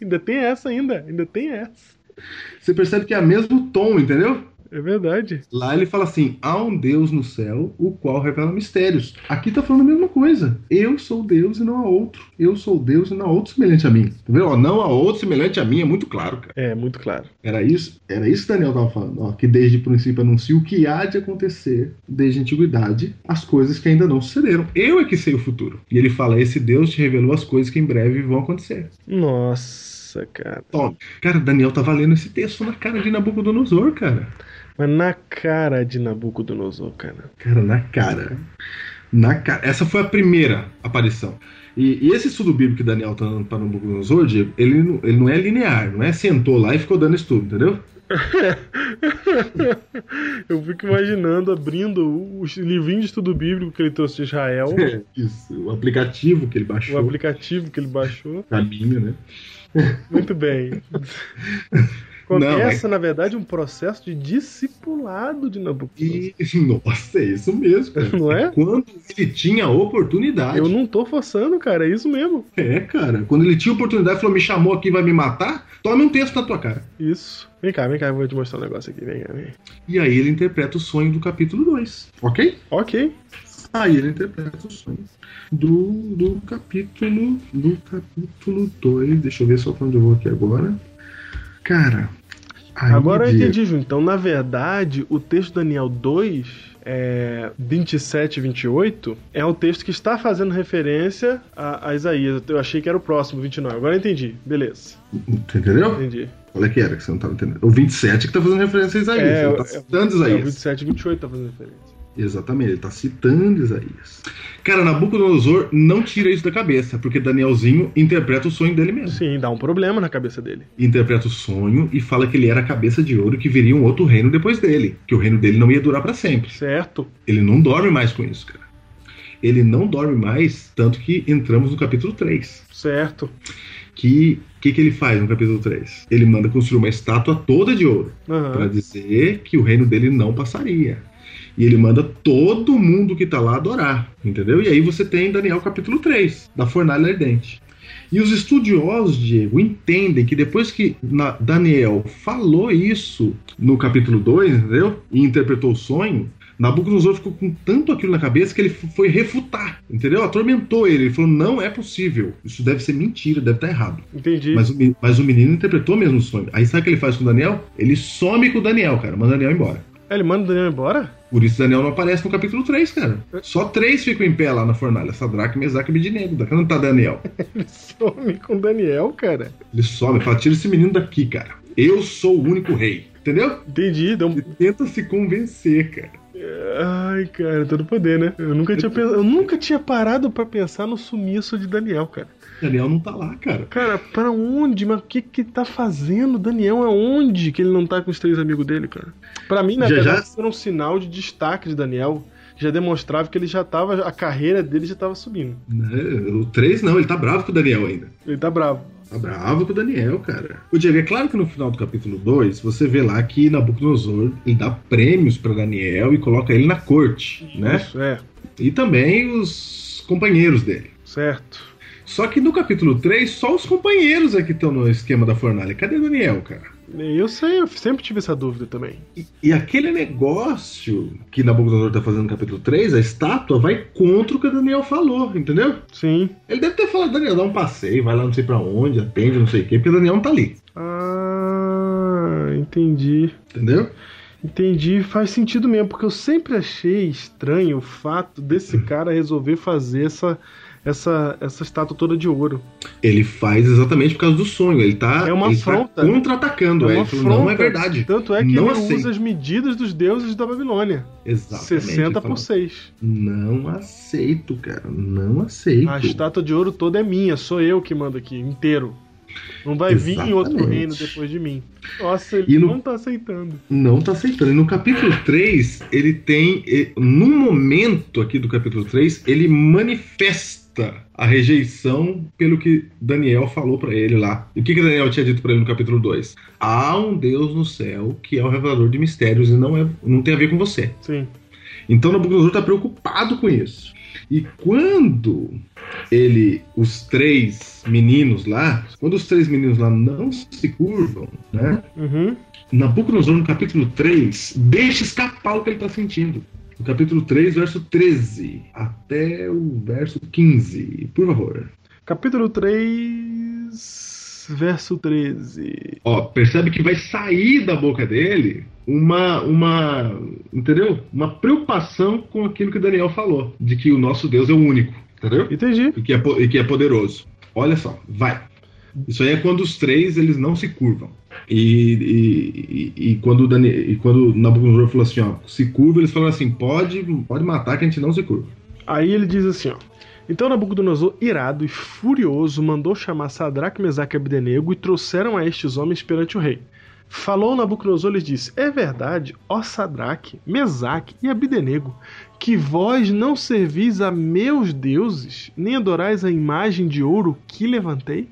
[SPEAKER 2] Ainda tem essa, ainda. Ainda tem essa.
[SPEAKER 3] Você percebe que é o mesmo tom, entendeu?
[SPEAKER 2] É verdade.
[SPEAKER 3] Lá ele fala assim: há um Deus no céu, o qual revela mistérios. Aqui tá falando a mesma coisa. Eu sou Deus e não há outro. Eu sou Deus e não há outro semelhante a mim. Tá vendo? Ó, não há outro semelhante a mim, é muito claro, cara.
[SPEAKER 2] É, muito claro.
[SPEAKER 3] Era isso, era isso que Daniel tava falando, ó, que desde o princípio anuncia o que há de acontecer desde a antiguidade, as coisas que ainda não sucederam. Eu é que sei o futuro. E ele fala: esse Deus te revelou as coisas que em breve vão acontecer.
[SPEAKER 2] Nossa, cara.
[SPEAKER 3] Tome. Cara, Daniel tá valendo esse texto na cara de Nabucodonosor, cara.
[SPEAKER 2] Mas na cara de Nabucodonosor, cara.
[SPEAKER 3] Cara, na cara. Na cara. Essa foi a primeira aparição. E, e esse estudo bíblico que Daniel tá dando para Nabucodonosor, Diego, ele, não- ele não é linear, não é sentou lá e ficou dando estudo, entendeu?
[SPEAKER 2] Eu fico imaginando, abrindo o livrinho de estudo bíblico que ele trouxe de Israel,
[SPEAKER 3] Isso, o aplicativo que ele
[SPEAKER 2] o
[SPEAKER 3] baixou, o
[SPEAKER 2] aplicativo que ele baixou.
[SPEAKER 3] caminho, né?
[SPEAKER 2] Muito bem. Começa, na verdade, um processo de discipulado de Nabucodonosor.
[SPEAKER 3] E, nossa, é isso mesmo, cara.
[SPEAKER 2] Não é?
[SPEAKER 3] Quando ele tinha oportunidade.
[SPEAKER 2] Eu não tô forçando, cara, é isso mesmo.
[SPEAKER 3] É, cara. Quando ele tinha oportunidade, falou: me chamou aqui, vai me matar? Tome um texto na tua cara.
[SPEAKER 2] Isso. Vem cá, vem cá, eu vou te mostrar um negócio aqui. Vem cá, vem.
[SPEAKER 3] E aí ele interpreta o sonho do capítulo 2, ok?
[SPEAKER 2] Ok.
[SPEAKER 3] Aí ele interpreta o sonho do, do capítulo do capítulo 2. Deixa eu ver só pra onde eu vou aqui agora. Cara, aí,
[SPEAKER 2] Agora eu
[SPEAKER 3] Diego,
[SPEAKER 2] entendi, Ju. Então, na verdade, o texto de Daniel 2, é, 27 e 28, é um texto que está fazendo referência a, a Isaías. Eu achei que era o próximo, 29. Agora eu entendi. Beleza,
[SPEAKER 3] tu Entendeu?
[SPEAKER 2] entendi.
[SPEAKER 3] Qual é que era que você não tava entendendo? O 27 que tá fazendo referência a Isaías.
[SPEAKER 2] É,
[SPEAKER 3] ele tá
[SPEAKER 2] é-
[SPEAKER 3] citando
[SPEAKER 2] É, o
[SPEAKER 3] Isaías.
[SPEAKER 2] 27 e 28 tá fazendo referência.
[SPEAKER 3] Exatamente, ele tá citando Isaías. Cara, Nabucodonosor não tira isso da cabeça, porque Danielzinho interpreta o sonho dele mesmo.
[SPEAKER 2] Sim, dá um problema na cabeça dele.
[SPEAKER 3] Interpreta o sonho e fala que ele era a cabeça de ouro e que viria um outro reino depois dele, que o reino dele não ia durar pra sempre.
[SPEAKER 2] Certo?
[SPEAKER 3] Ele não dorme mais com isso, cara. Ele não dorme mais, tanto que entramos no capítulo 3.
[SPEAKER 2] Certo.
[SPEAKER 3] Que que, que ele faz no capítulo 3? Ele manda construir uma estátua toda de ouro
[SPEAKER 2] Aham.
[SPEAKER 3] para dizer que o reino dele não passaria. E ele manda todo mundo que tá lá adorar, entendeu? E aí você tem Daniel capítulo 3, da fornalha ardente. E os estudiosos, Diego, entendem que depois que na- Daniel falou isso no capítulo 2, entendeu? E interpretou o sonho, Nabucodonosor ficou com tanto aquilo na cabeça que ele f- foi refutar, entendeu? Atormentou ele. Ele falou: não é possível. Isso deve ser mentira, deve estar errado.
[SPEAKER 2] Entendi.
[SPEAKER 3] Mas o, me- mas o menino interpretou mesmo o sonho. Aí sabe o que ele faz com o Daniel? Ele some com o Daniel, cara. Manda o Daniel embora.
[SPEAKER 2] Ah, Ele manda o Daniel embora?
[SPEAKER 3] Por isso Daniel não aparece no capítulo 3, cara. Só três ficam em pé lá na fornalha: Sadraque, Mesaque e Abidinego. Daqui não tá Daniel.
[SPEAKER 2] Ele some com o Daniel, cara.
[SPEAKER 3] Ele some e fala: tira esse menino daqui, cara. Eu sou o único rei. Entendeu?
[SPEAKER 2] Entendi. Deu um...
[SPEAKER 3] Ele tenta se convencer, cara.
[SPEAKER 2] Ai, cara, todo poder, né? Eu nunca tinha, pens- eu nunca tinha parado pra pensar no sumiço de Daniel, cara.
[SPEAKER 3] Daniel não tá lá, cara.
[SPEAKER 2] Cara, pra onde? Mas o que que tá fazendo o Daniel? Aonde que ele não tá com os três amigos dele, cara? Pra mim, na
[SPEAKER 3] Já,
[SPEAKER 2] verdade,
[SPEAKER 3] já?
[SPEAKER 2] isso era um sinal de destaque de Daniel. que Já demonstrava que ele já tava. A carreira dele já tava subindo.
[SPEAKER 3] Não, Né? O 3 não, ele tá bravo com o Daniel ainda.
[SPEAKER 2] Ele tá bravo.
[SPEAKER 3] Tá bravo com o Daniel, cara. O Diego, é claro que no final do capítulo 2, você vê lá que Nabucodonosor ele dá prêmios pra Daniel e coloca ele na corte, né?
[SPEAKER 2] Isso, é.
[SPEAKER 3] E também os companheiros dele.
[SPEAKER 2] Certo.
[SPEAKER 3] Só que no capítulo 3, só os companheiros é que estão no esquema da fornalha. Cadê Daniel, cara?
[SPEAKER 2] Eu sei, eu sempre tive essa dúvida também.
[SPEAKER 3] E, e aquele negócio que Nabucodonosor tá fazendo no capítulo 3, a estátua vai contra o que o Daniel falou, entendeu?
[SPEAKER 2] Sim.
[SPEAKER 3] Ele deve ter falado, Daniel, dá um passeio, vai lá não sei pra onde, atende, não sei o quê, porque o Daniel não tá ali,
[SPEAKER 2] Ah, entendi.
[SPEAKER 3] entendeu?
[SPEAKER 2] Entendi, faz sentido mesmo, porque eu sempre achei estranho o fato desse
[SPEAKER 3] Uhum.
[SPEAKER 2] cara resolver fazer essa essa essa estátua toda de ouro.
[SPEAKER 3] Ele faz exatamente por causa do sonho. Ele tá,
[SPEAKER 2] É uma
[SPEAKER 3] ele
[SPEAKER 2] afronta,
[SPEAKER 3] tá
[SPEAKER 2] né?
[SPEAKER 3] contra-atacando.
[SPEAKER 2] É
[SPEAKER 3] É
[SPEAKER 2] uma
[SPEAKER 3] ele falou, não é
[SPEAKER 2] afronta.
[SPEAKER 3] verdade.
[SPEAKER 2] Tanto é que
[SPEAKER 3] Não
[SPEAKER 2] ele
[SPEAKER 3] aceito.
[SPEAKER 2] usa as medidas dos deuses da Babilônia,
[SPEAKER 3] Exatamente.
[SPEAKER 2] 60
[SPEAKER 3] ele falou,
[SPEAKER 2] por 6.
[SPEAKER 3] Não aceito, cara. Não aceito.
[SPEAKER 2] A estátua de ouro toda é minha, sou eu que mando aqui, inteiro. Não vai vir em outro
[SPEAKER 3] Exatamente.
[SPEAKER 2] reino depois de mim. Nossa, ele
[SPEAKER 3] E no-
[SPEAKER 2] não tá aceitando.
[SPEAKER 3] Não tá aceitando. E no capítulo 3, ele tem. e- Num momento aqui do capítulo 3, ele manifesta a rejeição pelo que Daniel falou pra ele lá. E o que, que Daniel tinha dito pra ele no capítulo 2? Há um Deus no céu que é o revelador de mistérios e não, é, não tem a ver com você.
[SPEAKER 2] Sim.
[SPEAKER 3] Então Nabucodonosor está preocupado com isso. E quando ele, os três meninos lá, quando os três meninos lá não se curvam, né?
[SPEAKER 2] Uhum.
[SPEAKER 3] Nabucodonosor no capítulo 3 deixa escapar o que ele está sentindo. No capítulo 3, verso 13 até o verso 15, por favor.
[SPEAKER 2] Capítulo 3, verso 13.
[SPEAKER 3] Ó, percebe que vai sair da boca dele uma, uma, entendeu? Uma preocupação com aquilo que Daniel falou, de que o nosso Deus é o único, entendeu?
[SPEAKER 2] Entendi.
[SPEAKER 3] e que é, po- e que é poderoso. Olha só, vai. Isso aí é quando os três eles não se curvam. E, e, e, e quando o Dani, e quando Nabucodonosor falou assim, ó, se curva, eles falaram assim, pode, pode matar que a gente não se curva.
[SPEAKER 2] Aí ele diz assim, ó. Então Nabucodonosor, irado e furioso, mandou chamar Sadraque, Mesaque e Abdenego e trouxeram a estes homens perante o rei. Falou Nabucodonosor e lhes disse, É verdade, ó Sadraque, Mesaque e Abdenego, que vós não servis a meus deuses, nem adorais a imagem de ouro que levantei?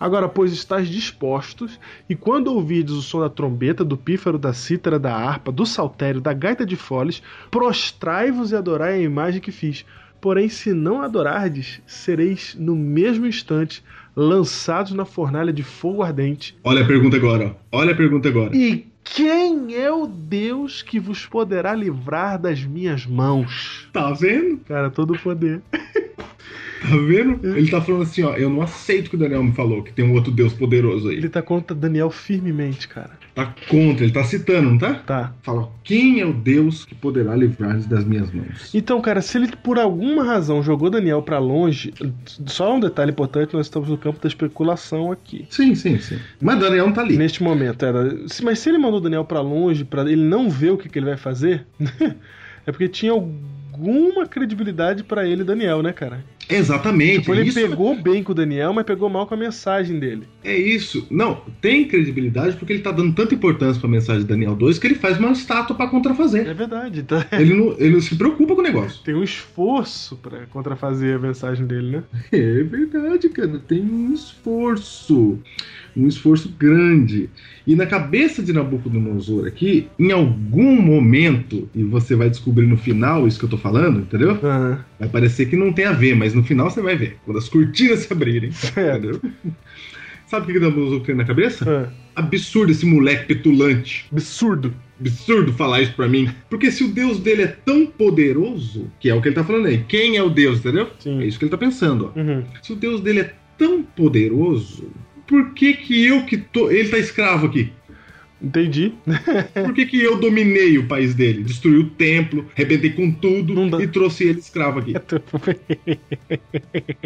[SPEAKER 2] Agora, pois, estáis dispostos, e quando ouvirdes o som da trombeta, do pífaro, da cítara, da harpa, do saltério, da gaita de foles, prostrai-vos e adorai a imagem que fiz. Porém, se não adorardes, sereis no mesmo instante lançados na fornalha de fogo ardente.
[SPEAKER 3] Olha a pergunta agora, ó. Olha a pergunta agora.
[SPEAKER 2] E quem é o Deus que vos poderá livrar das minhas mãos?
[SPEAKER 3] Tá vendo?
[SPEAKER 2] Cara, todo poder.
[SPEAKER 3] Tá vendo? Ele tá falando assim, ó, eu não aceito que o Daniel me falou, que tem um outro Deus poderoso aí.
[SPEAKER 2] Ele
[SPEAKER 3] Ele
[SPEAKER 2] tá contra Daniel firmemente, cara.
[SPEAKER 3] tá contra, ele tá citando, não tá?
[SPEAKER 2] Tá.
[SPEAKER 3] Fala, quem é o Deus que poderá livrar-nos das minhas mãos?
[SPEAKER 2] Então, cara, se ele por alguma razão jogou Daniel pra longe, só um detalhe importante, nós estamos no campo da especulação aqui.
[SPEAKER 3] Sim, sim, sim. Mas Daniel não tá ali.
[SPEAKER 2] Neste momento, era. se- Mas se ele mandou Daniel pra longe, para ele não ver o que, que ele vai fazer, é porque tinha alguma credibilidade pra ele, Daniel, né, cara?
[SPEAKER 3] Exatamente.
[SPEAKER 2] Tipo, ele
[SPEAKER 3] isso é
[SPEAKER 2] pegou bem com o Daniel, mas pegou mal com a mensagem dele.
[SPEAKER 3] É isso. Não, tem credibilidade porque ele tá dando tanta importância pra mensagem de Daniel 2 que ele faz uma estátua pra contrafazer.
[SPEAKER 2] É verdade, tá?
[SPEAKER 3] Ele não, ele não se preocupa com o negócio.
[SPEAKER 2] Tem um esforço pra contrafazer a mensagem dele, né?
[SPEAKER 3] É verdade, cara. Tem um esforço. Um esforço grande. E na cabeça de Nabucodonosor aqui, em algum momento, e você vai descobrir no final isso que eu tô falando, entendeu?
[SPEAKER 2] Ah,
[SPEAKER 3] Vai parecer que não tem a ver, mas no final você vai ver. Quando as cortinas se abrirem.
[SPEAKER 2] Certo.
[SPEAKER 3] Entendeu? Sabe o que que Nabucodonosor tem na cabeça?
[SPEAKER 2] Ah,
[SPEAKER 3] Absurdo esse moleque petulante.
[SPEAKER 2] absurdo.
[SPEAKER 3] Absurdo falar isso pra mim. Porque se o deus dele é tão poderoso, que é o que ele tá falando aí, quem é o deus, entendeu?
[SPEAKER 2] Sim.
[SPEAKER 3] É isso que ele tá pensando, ó.
[SPEAKER 2] Uhum.
[SPEAKER 3] Se o deus dele é tão poderoso, por que que eu que tô... Ele tá escravo aqui.
[SPEAKER 2] Entendi. É.
[SPEAKER 3] Por que que eu dominei o país dele? Destruí o templo, arrebentei com
[SPEAKER 2] Não dá.
[SPEAKER 3] tudo e trouxe ele escravo aqui.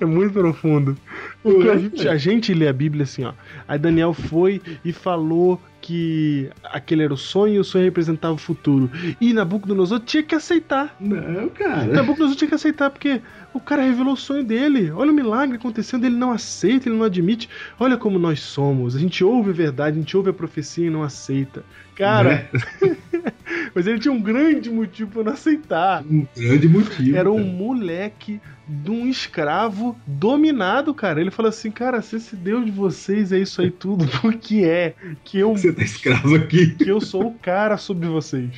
[SPEAKER 2] É muito profundo. Porque a, gente, a gente lê a Bíblia assim, ó. Aí Daniel foi e falou que aquele era o sonho e o sonho representava o futuro. E Nabucodonosor tinha que aceitar.
[SPEAKER 3] Não,
[SPEAKER 2] É.
[SPEAKER 3] cara.
[SPEAKER 2] Nabucodonosor tinha que aceitar, porque o cara revelou o sonho dele. Olha o milagre acontecendo, ele não aceita, ele não admite. Olha como nós somos. A gente ouve a verdade, a gente ouve a profecia e não aceita. Cara,
[SPEAKER 3] Né?
[SPEAKER 2] mas ele tinha um grande motivo pra não aceitar.
[SPEAKER 3] Um grande motivo.
[SPEAKER 2] Era um
[SPEAKER 3] cara.
[SPEAKER 2] moleque de um escravo dominado, cara. Ele falou assim, cara, se esse Deus de vocês é isso aí tudo, por que é que eu,
[SPEAKER 3] Você tá escravo aqui.
[SPEAKER 2] que eu sou o cara sobre vocês?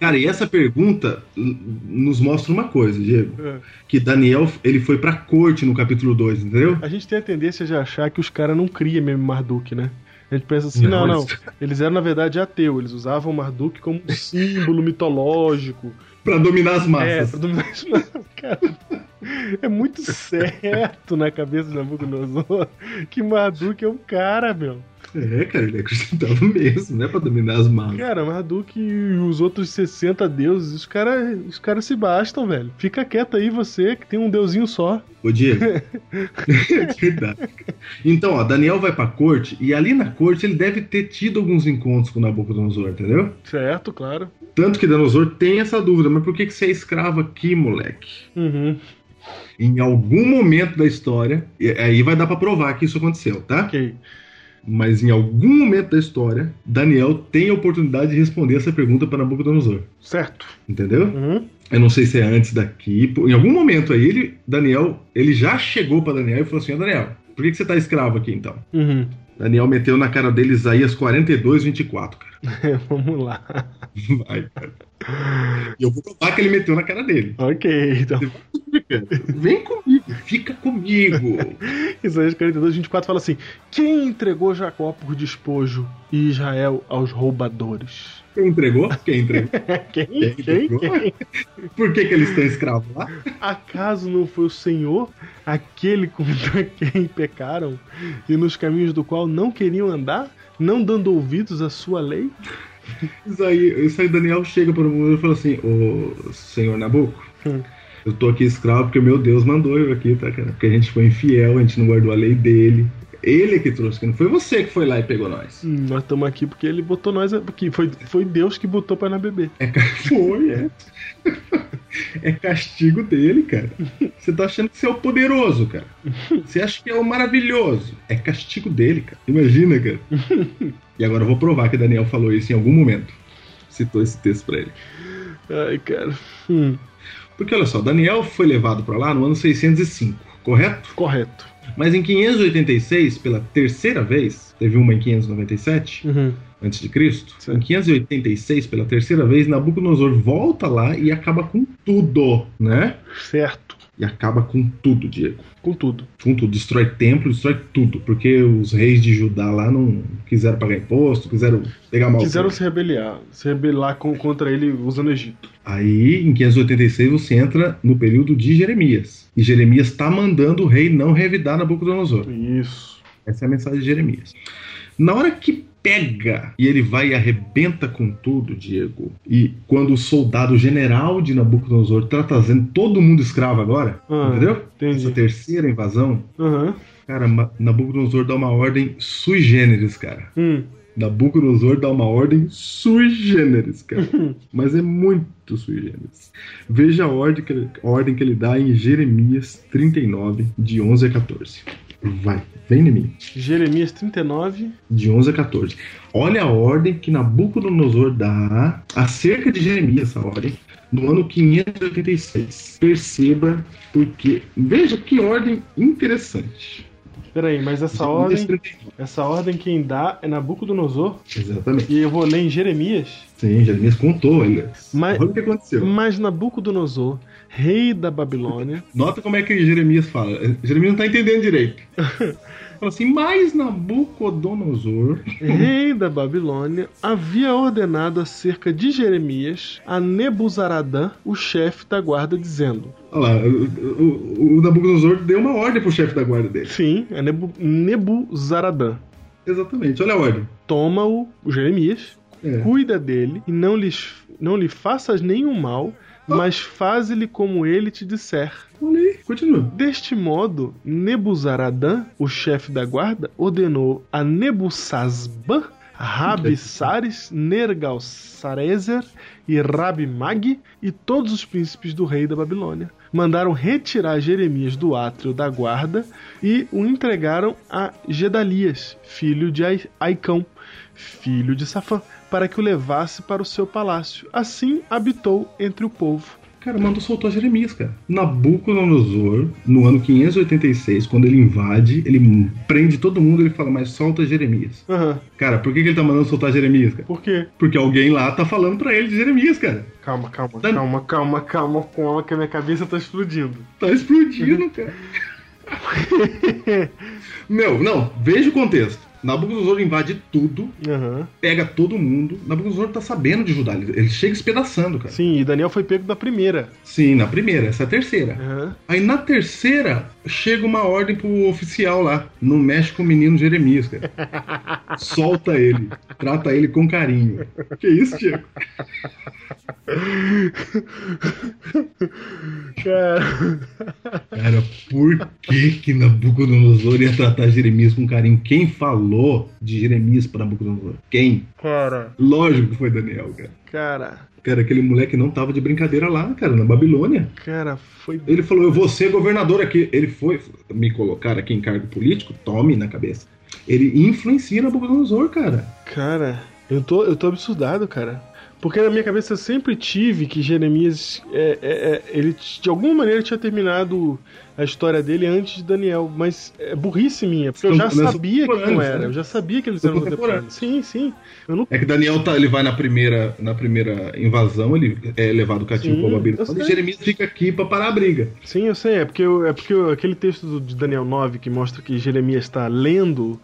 [SPEAKER 3] Cara, e essa pergunta n- nos mostra uma coisa, Diego.
[SPEAKER 2] É.
[SPEAKER 3] Que Daniel, ele foi pra corte no capítulo 2, entendeu?
[SPEAKER 2] A gente tem a tendência de achar que os caras não criam mesmo Marduk, né? A gente pensa assim, não,
[SPEAKER 3] Não, é
[SPEAKER 2] não.
[SPEAKER 3] eles-
[SPEAKER 2] Eles eram, na verdade, ateu. Eles usavam Marduk como um símbolo mitológico.
[SPEAKER 3] Pra dominar as
[SPEAKER 2] É,
[SPEAKER 3] massas.
[SPEAKER 2] pra dominar isso. Não, Cara, é muito certo na cabeça de Nabucodonosor que Marduk é um cara, meu.
[SPEAKER 3] É, cara, ele acreditava mesmo, né? Pra dominar as massas.
[SPEAKER 2] Cara, Marduk e os outros 60 deuses, os caras os cara se bastam, velho. Fica quieto aí você, que tem um deusinho só.
[SPEAKER 3] Ô, Diego. é verdade. Então, ó, Daniel vai pra corte e ali na corte ele deve ter tido alguns encontros com Nabucodonosor, entendeu?
[SPEAKER 2] Certo, claro.
[SPEAKER 3] Tanto que Nabucodonosor tem essa dúvida, mas por que, que você é escravo aqui, moleque?
[SPEAKER 2] Uhum.
[SPEAKER 3] Em algum momento da história, e aí vai dar pra provar que isso aconteceu, tá?
[SPEAKER 2] Ok.
[SPEAKER 3] Mas em algum momento da história, Daniel tem a oportunidade de responder essa pergunta para Nabucodonosor.
[SPEAKER 2] Certo.
[SPEAKER 3] Entendeu?
[SPEAKER 2] Uhum.
[SPEAKER 3] Eu não sei se é antes daqui. pô, Em algum momento aí, ele, Daniel, ele já chegou para Daniel e falou assim: "Ô, Daniel, por que, que você tá escravo aqui então?
[SPEAKER 2] Uhum.
[SPEAKER 3] Daniel meteu na cara dele Isaías 42, 24, cara.
[SPEAKER 2] Vamos lá.
[SPEAKER 3] Vai, cara. E eu vou provar que ele meteu na cara dele.
[SPEAKER 2] Ok, então.
[SPEAKER 3] Vem comigo, fica comigo.
[SPEAKER 2] Isaías 42, 24 fala assim: Quem entregou Jacó por despojo e Israel aos roubadores?
[SPEAKER 3] Quem entregou? Quem entregou?
[SPEAKER 2] Quem? Quem?
[SPEAKER 3] entregou?
[SPEAKER 2] Quem?
[SPEAKER 3] Por que, que eles estão escravos lá?
[SPEAKER 2] Acaso não foi o Senhor aquele contra quem pecaram e nos caminhos do qual não queriam andar, não dando ouvidos à sua lei?
[SPEAKER 3] Isso aí, isso aí Daniel chega para o mundo e fala assim: Ô senhor Nabuco,
[SPEAKER 2] Hum.
[SPEAKER 3] eu tô aqui escravo porque meu Deus mandou eu aqui, tá, cara? Porque a gente foi infiel, a gente não guardou a lei dele. Ele é que trouxe, que não foi você que foi lá e pegou nós.
[SPEAKER 2] Hum, nós estamos aqui porque ele botou nós aqui. Foi, foi Deus que botou para na bebê.
[SPEAKER 3] Foi, é. É castigo dele, cara. Você tá achando que você é o poderoso, cara. Você acha que é o maravilhoso. É castigo dele, cara. Imagina, cara. E agora eu vou provar que Daniel falou isso em algum momento. Citou esse texto pra ele.
[SPEAKER 2] Ai, cara. Hum,
[SPEAKER 3] Porque olha só, Daniel foi levado para lá no ano 605, correto?
[SPEAKER 2] correto.
[SPEAKER 3] Mas em 586, pela terceira vez, teve uma em 597
[SPEAKER 2] Uhum.
[SPEAKER 3] antes de Cristo.
[SPEAKER 2] Certo.
[SPEAKER 3] Em 586, pela terceira vez, Nabucodonosor volta lá e acaba com tudo, né?
[SPEAKER 2] Certo.
[SPEAKER 3] E acaba com tudo, Diego.
[SPEAKER 2] Contudo.
[SPEAKER 3] Com tudo, destrói templo, destrói tudo, porque os reis de Judá lá não quiseram pagar imposto, quiseram pegar mal.
[SPEAKER 2] Quiseram se rebeliar, se rebelar com- contra ele usando o Egito.
[SPEAKER 3] Aí, em 586, você entra no período de Jeremias. E Jeremias está mandando o rei não revidar Nabucodonosor.
[SPEAKER 2] Isso.
[SPEAKER 3] Essa é a mensagem de Jeremias. Na hora que pega e ele vai e arrebenta com tudo, Diego, e quando o soldado general de Nabucodonosor tá trazendo todo mundo escravo agora,
[SPEAKER 2] Ah,
[SPEAKER 3] entendeu?
[SPEAKER 2] entendi.
[SPEAKER 3] Essa terceira invasão,
[SPEAKER 2] Aham.
[SPEAKER 3] cara, Ma- Nabucodonosor dá uma ordem sui generis, cara.
[SPEAKER 2] Hum.
[SPEAKER 3] Nabucodonosor dá uma ordem sui generis, cara. Mas é muito sui generis. Veja a ordem que, ele, a ordem que ele dá em Jeremias 39, de 11 a 14. Vai, vem em mim
[SPEAKER 2] Jeremias 39.
[SPEAKER 3] de 11 a 14. Olha a ordem que Nabucodonosor dá acerca de Jeremias, essa ordem, no ano 586. Perceba, porque. Veja que ordem interessante.
[SPEAKER 2] Peraí, mas essa
[SPEAKER 3] Jeremias
[SPEAKER 2] ordem,
[SPEAKER 3] 39.
[SPEAKER 2] essa ordem quem dá é Nabucodonosor.
[SPEAKER 3] Exatamente.
[SPEAKER 2] E eu vou ler em Jeremias.
[SPEAKER 3] Sim, Jeremias contou, olha.
[SPEAKER 2] Mas,
[SPEAKER 3] Olha o que aconteceu.
[SPEAKER 2] mas Nabucodonosor, rei da Babilônia,
[SPEAKER 3] Nota como é que Jeremias fala. Jeremias não tá entendendo direito. Fala assim, mas Nabucodonosor.
[SPEAKER 2] rei da Babilônia, havia ordenado acerca de Jeremias a Nebuzaradã, o chefe da guarda, dizendo:
[SPEAKER 3] Olha lá, o, o- o Nabucodonosor deu uma ordem pro chefe da guarda dele.
[SPEAKER 2] Sim, é Nebu, Nebuzaradã.
[SPEAKER 3] Exatamente, olha a ordem.
[SPEAKER 2] Toma-o, o Jeremias,
[SPEAKER 3] É.
[SPEAKER 2] cuida dele e não, lhes, não lhe faças nenhum mal, mas faze-lhe como ele te disser.
[SPEAKER 3] Olha aí, continua.
[SPEAKER 2] Deste modo, Nebuzaradã, o chefe da guarda, ordenou a Nebussazban, Rabsares, Nergalsarezer e Rabimag e todos os príncipes do rei da Babilônia. Mandaram retirar Jeremias do átrio da guarda e o entregaram a Gedalias, filho de Ai- Aicão, filho de Safã, para que o levasse para o seu palácio. Assim habitou entre o povo.
[SPEAKER 3] Cara, mandou soltar Jeremias, cara. Nabucodonosor, no ano 586, quando ele invade, ele prende todo mundo ele fala, mas solta Jeremias.
[SPEAKER 2] Aham,
[SPEAKER 3] Cara, por que, que ele tá mandando soltar Jeremias, cara?
[SPEAKER 2] por quê?
[SPEAKER 3] Porque alguém lá tá falando pra ele de Jeremias, cara.
[SPEAKER 2] Calma, calma,
[SPEAKER 3] Dan-
[SPEAKER 2] calma, calma, calma, calma, que a minha cabeça tá explodindo.
[SPEAKER 3] Tá explodindo, cara. Meu, não, veja o contexto. Nabucodonosor invade tudo,
[SPEAKER 2] Aham.
[SPEAKER 3] pega todo mundo. Nabucodonosor tá sabendo de Judá, ele ele chega espedaçando, cara. Sim,
[SPEAKER 2] Sim, e Daniel foi pego da primeira.
[SPEAKER 3] na primeira, essa é a terceira.
[SPEAKER 2] Aham.
[SPEAKER 3] Aí na terceira, chega uma ordem pro oficial lá. Não mexe com o menino Jeremias, cara. Solta ele. Trata ele com carinho. Que isso, Diego?
[SPEAKER 2] Cara.
[SPEAKER 3] Cara, por que que Nabucodonosor ia tratar Jeremias com carinho? Quem falou de Jeremias pra Nabucodonosor? Quem?
[SPEAKER 2] Cara.
[SPEAKER 3] Lógico que foi Daniel, cara.
[SPEAKER 2] Cara.
[SPEAKER 3] Cara, aquele moleque não tava de brincadeira lá, cara, na Babilônia.
[SPEAKER 2] Cara, foi.
[SPEAKER 3] Ele falou, eu vou ser governador aqui. Ele foi me colocar aqui em cargo político? Tome na cabeça. Ele influencia Nabucodonosor, cara.
[SPEAKER 2] Cara, eu tô, eu tô absurdado, cara. Porque na minha cabeça eu sempre tive que Jeremias. é, é, é, ele t- de alguma maneira tinha terminado a história dele antes de Daniel. Mas é burrice minha, porque eu
[SPEAKER 3] São-
[SPEAKER 2] já
[SPEAKER 3] né, são
[SPEAKER 2] sabia que não
[SPEAKER 3] contemporâneos,
[SPEAKER 2] era.
[SPEAKER 3] né?
[SPEAKER 2] Eu já sabia que eles
[SPEAKER 3] São
[SPEAKER 2] eram contemporâneos. Sim, sim. Eu não.
[SPEAKER 3] É que Daniel tá- ele vai na primeira, na primeira invasão, ele é levado
[SPEAKER 2] Sim,
[SPEAKER 3] cativo para
[SPEAKER 2] eu
[SPEAKER 3] Babilônia.
[SPEAKER 2] sei.
[SPEAKER 3] E Jeremias fica aqui pra parar a briga.
[SPEAKER 2] Sim, eu sei, é porque, eu- é porque eu- aquele texto do- de Daniel 9 que mostra que Jeremias está lendo,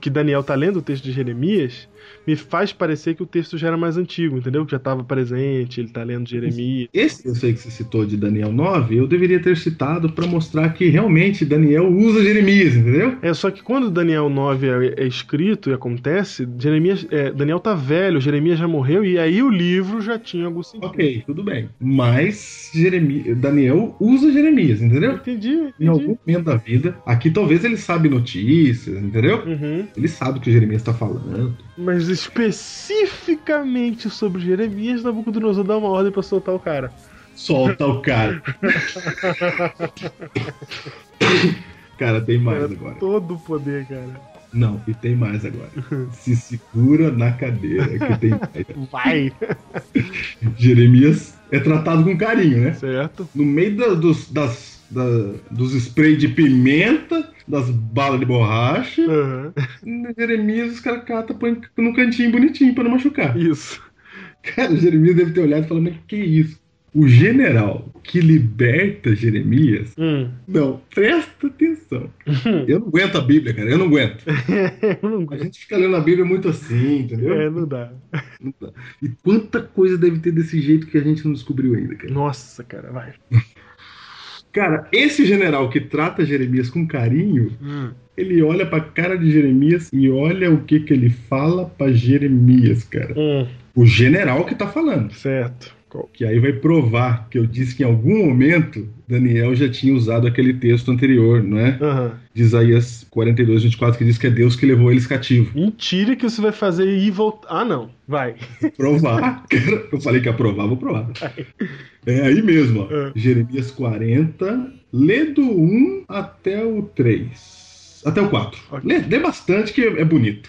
[SPEAKER 2] que Daniel está lendo o texto de Jeremias, me faz parecer que o texto já era mais antigo, entendeu? Que já estava presente, ele está lendo Jeremias.
[SPEAKER 3] Esse eu sei que você citou de Daniel 9, eu deveria ter citado pra mostrar que realmente Daniel usa Jeremias, entendeu?
[SPEAKER 2] É, só que quando Daniel 9 é, é escrito e acontece, Jeremias, é, Daniel tá velho, Jeremias já morreu, e aí o livro já tinha algum sentido.
[SPEAKER 3] Ok, tudo bem. Mas Jeremi- Daniel usa Jeremias, entendeu?
[SPEAKER 2] Entendi,
[SPEAKER 3] Em
[SPEAKER 2] entendi.
[SPEAKER 3] algum momento da vida. Aqui talvez ele sabe notícias, entendeu?
[SPEAKER 2] Uhum.
[SPEAKER 3] Ele sabe o que o Jeremias tá falando.
[SPEAKER 2] Mas especificamente sobre Jeremias, Nabucodonosor dá uma ordem pra soltar o cara.
[SPEAKER 3] Solta o cara. cara, tem mais
[SPEAKER 2] Era
[SPEAKER 3] agora.
[SPEAKER 2] todo o poder, cara.
[SPEAKER 3] Não, e tem mais agora. Se segura na cadeira, que tem mais.
[SPEAKER 2] Vai!
[SPEAKER 3] Jeremias é tratado com carinho, né?
[SPEAKER 2] Certo?
[SPEAKER 3] No meio da- dos, das, da- dos sprays de pimenta, das balas de borracha,
[SPEAKER 2] Aham. É.
[SPEAKER 3] Jeremias os caras catam, põe num cantinho bonitinho pra não machucar.
[SPEAKER 2] Isso.
[SPEAKER 3] Cara, o Jeremias deve ter olhado e falado, mas que isso? O general que liberta Jeremias
[SPEAKER 2] Hum.
[SPEAKER 3] Não, presta atenção. Eu não aguento a Bíblia, cara. Eu não aguento.
[SPEAKER 2] Eu não
[SPEAKER 3] A
[SPEAKER 2] gosto.
[SPEAKER 3] gente fica lendo a Bíblia muito assim,
[SPEAKER 2] É,
[SPEAKER 3] entendeu?
[SPEAKER 2] não dá.
[SPEAKER 3] E quanta coisa deve ter desse jeito que a gente não descobriu ainda, cara.
[SPEAKER 2] Nossa, cara, vai.
[SPEAKER 3] Cara, esse general que trata Jeremias com carinho,
[SPEAKER 2] Hum.
[SPEAKER 3] ele olha pra cara de Jeremias e olha o que que ele fala pra Jeremias, cara.
[SPEAKER 2] Hum,
[SPEAKER 3] O general que tá falando.
[SPEAKER 2] certo. Qual-
[SPEAKER 3] Que aí vai provar que eu disse que em algum momento Daniel já tinha usado aquele texto anterior, não é?
[SPEAKER 2] Aham.
[SPEAKER 3] de Isaías 42, 24, que diz que é Deus que levou eles cativo.
[SPEAKER 2] Mentira que você vai fazer e voltar. Ah, não. Vai.
[SPEAKER 3] Provar. Cara, Eu falei que ia provar, vou provar. É aí mesmo, ó.
[SPEAKER 2] É.
[SPEAKER 3] Jeremias 40, lê do 1 até o 3. Até o 4.
[SPEAKER 2] Ok.
[SPEAKER 3] Lê, lê bastante que é bonito.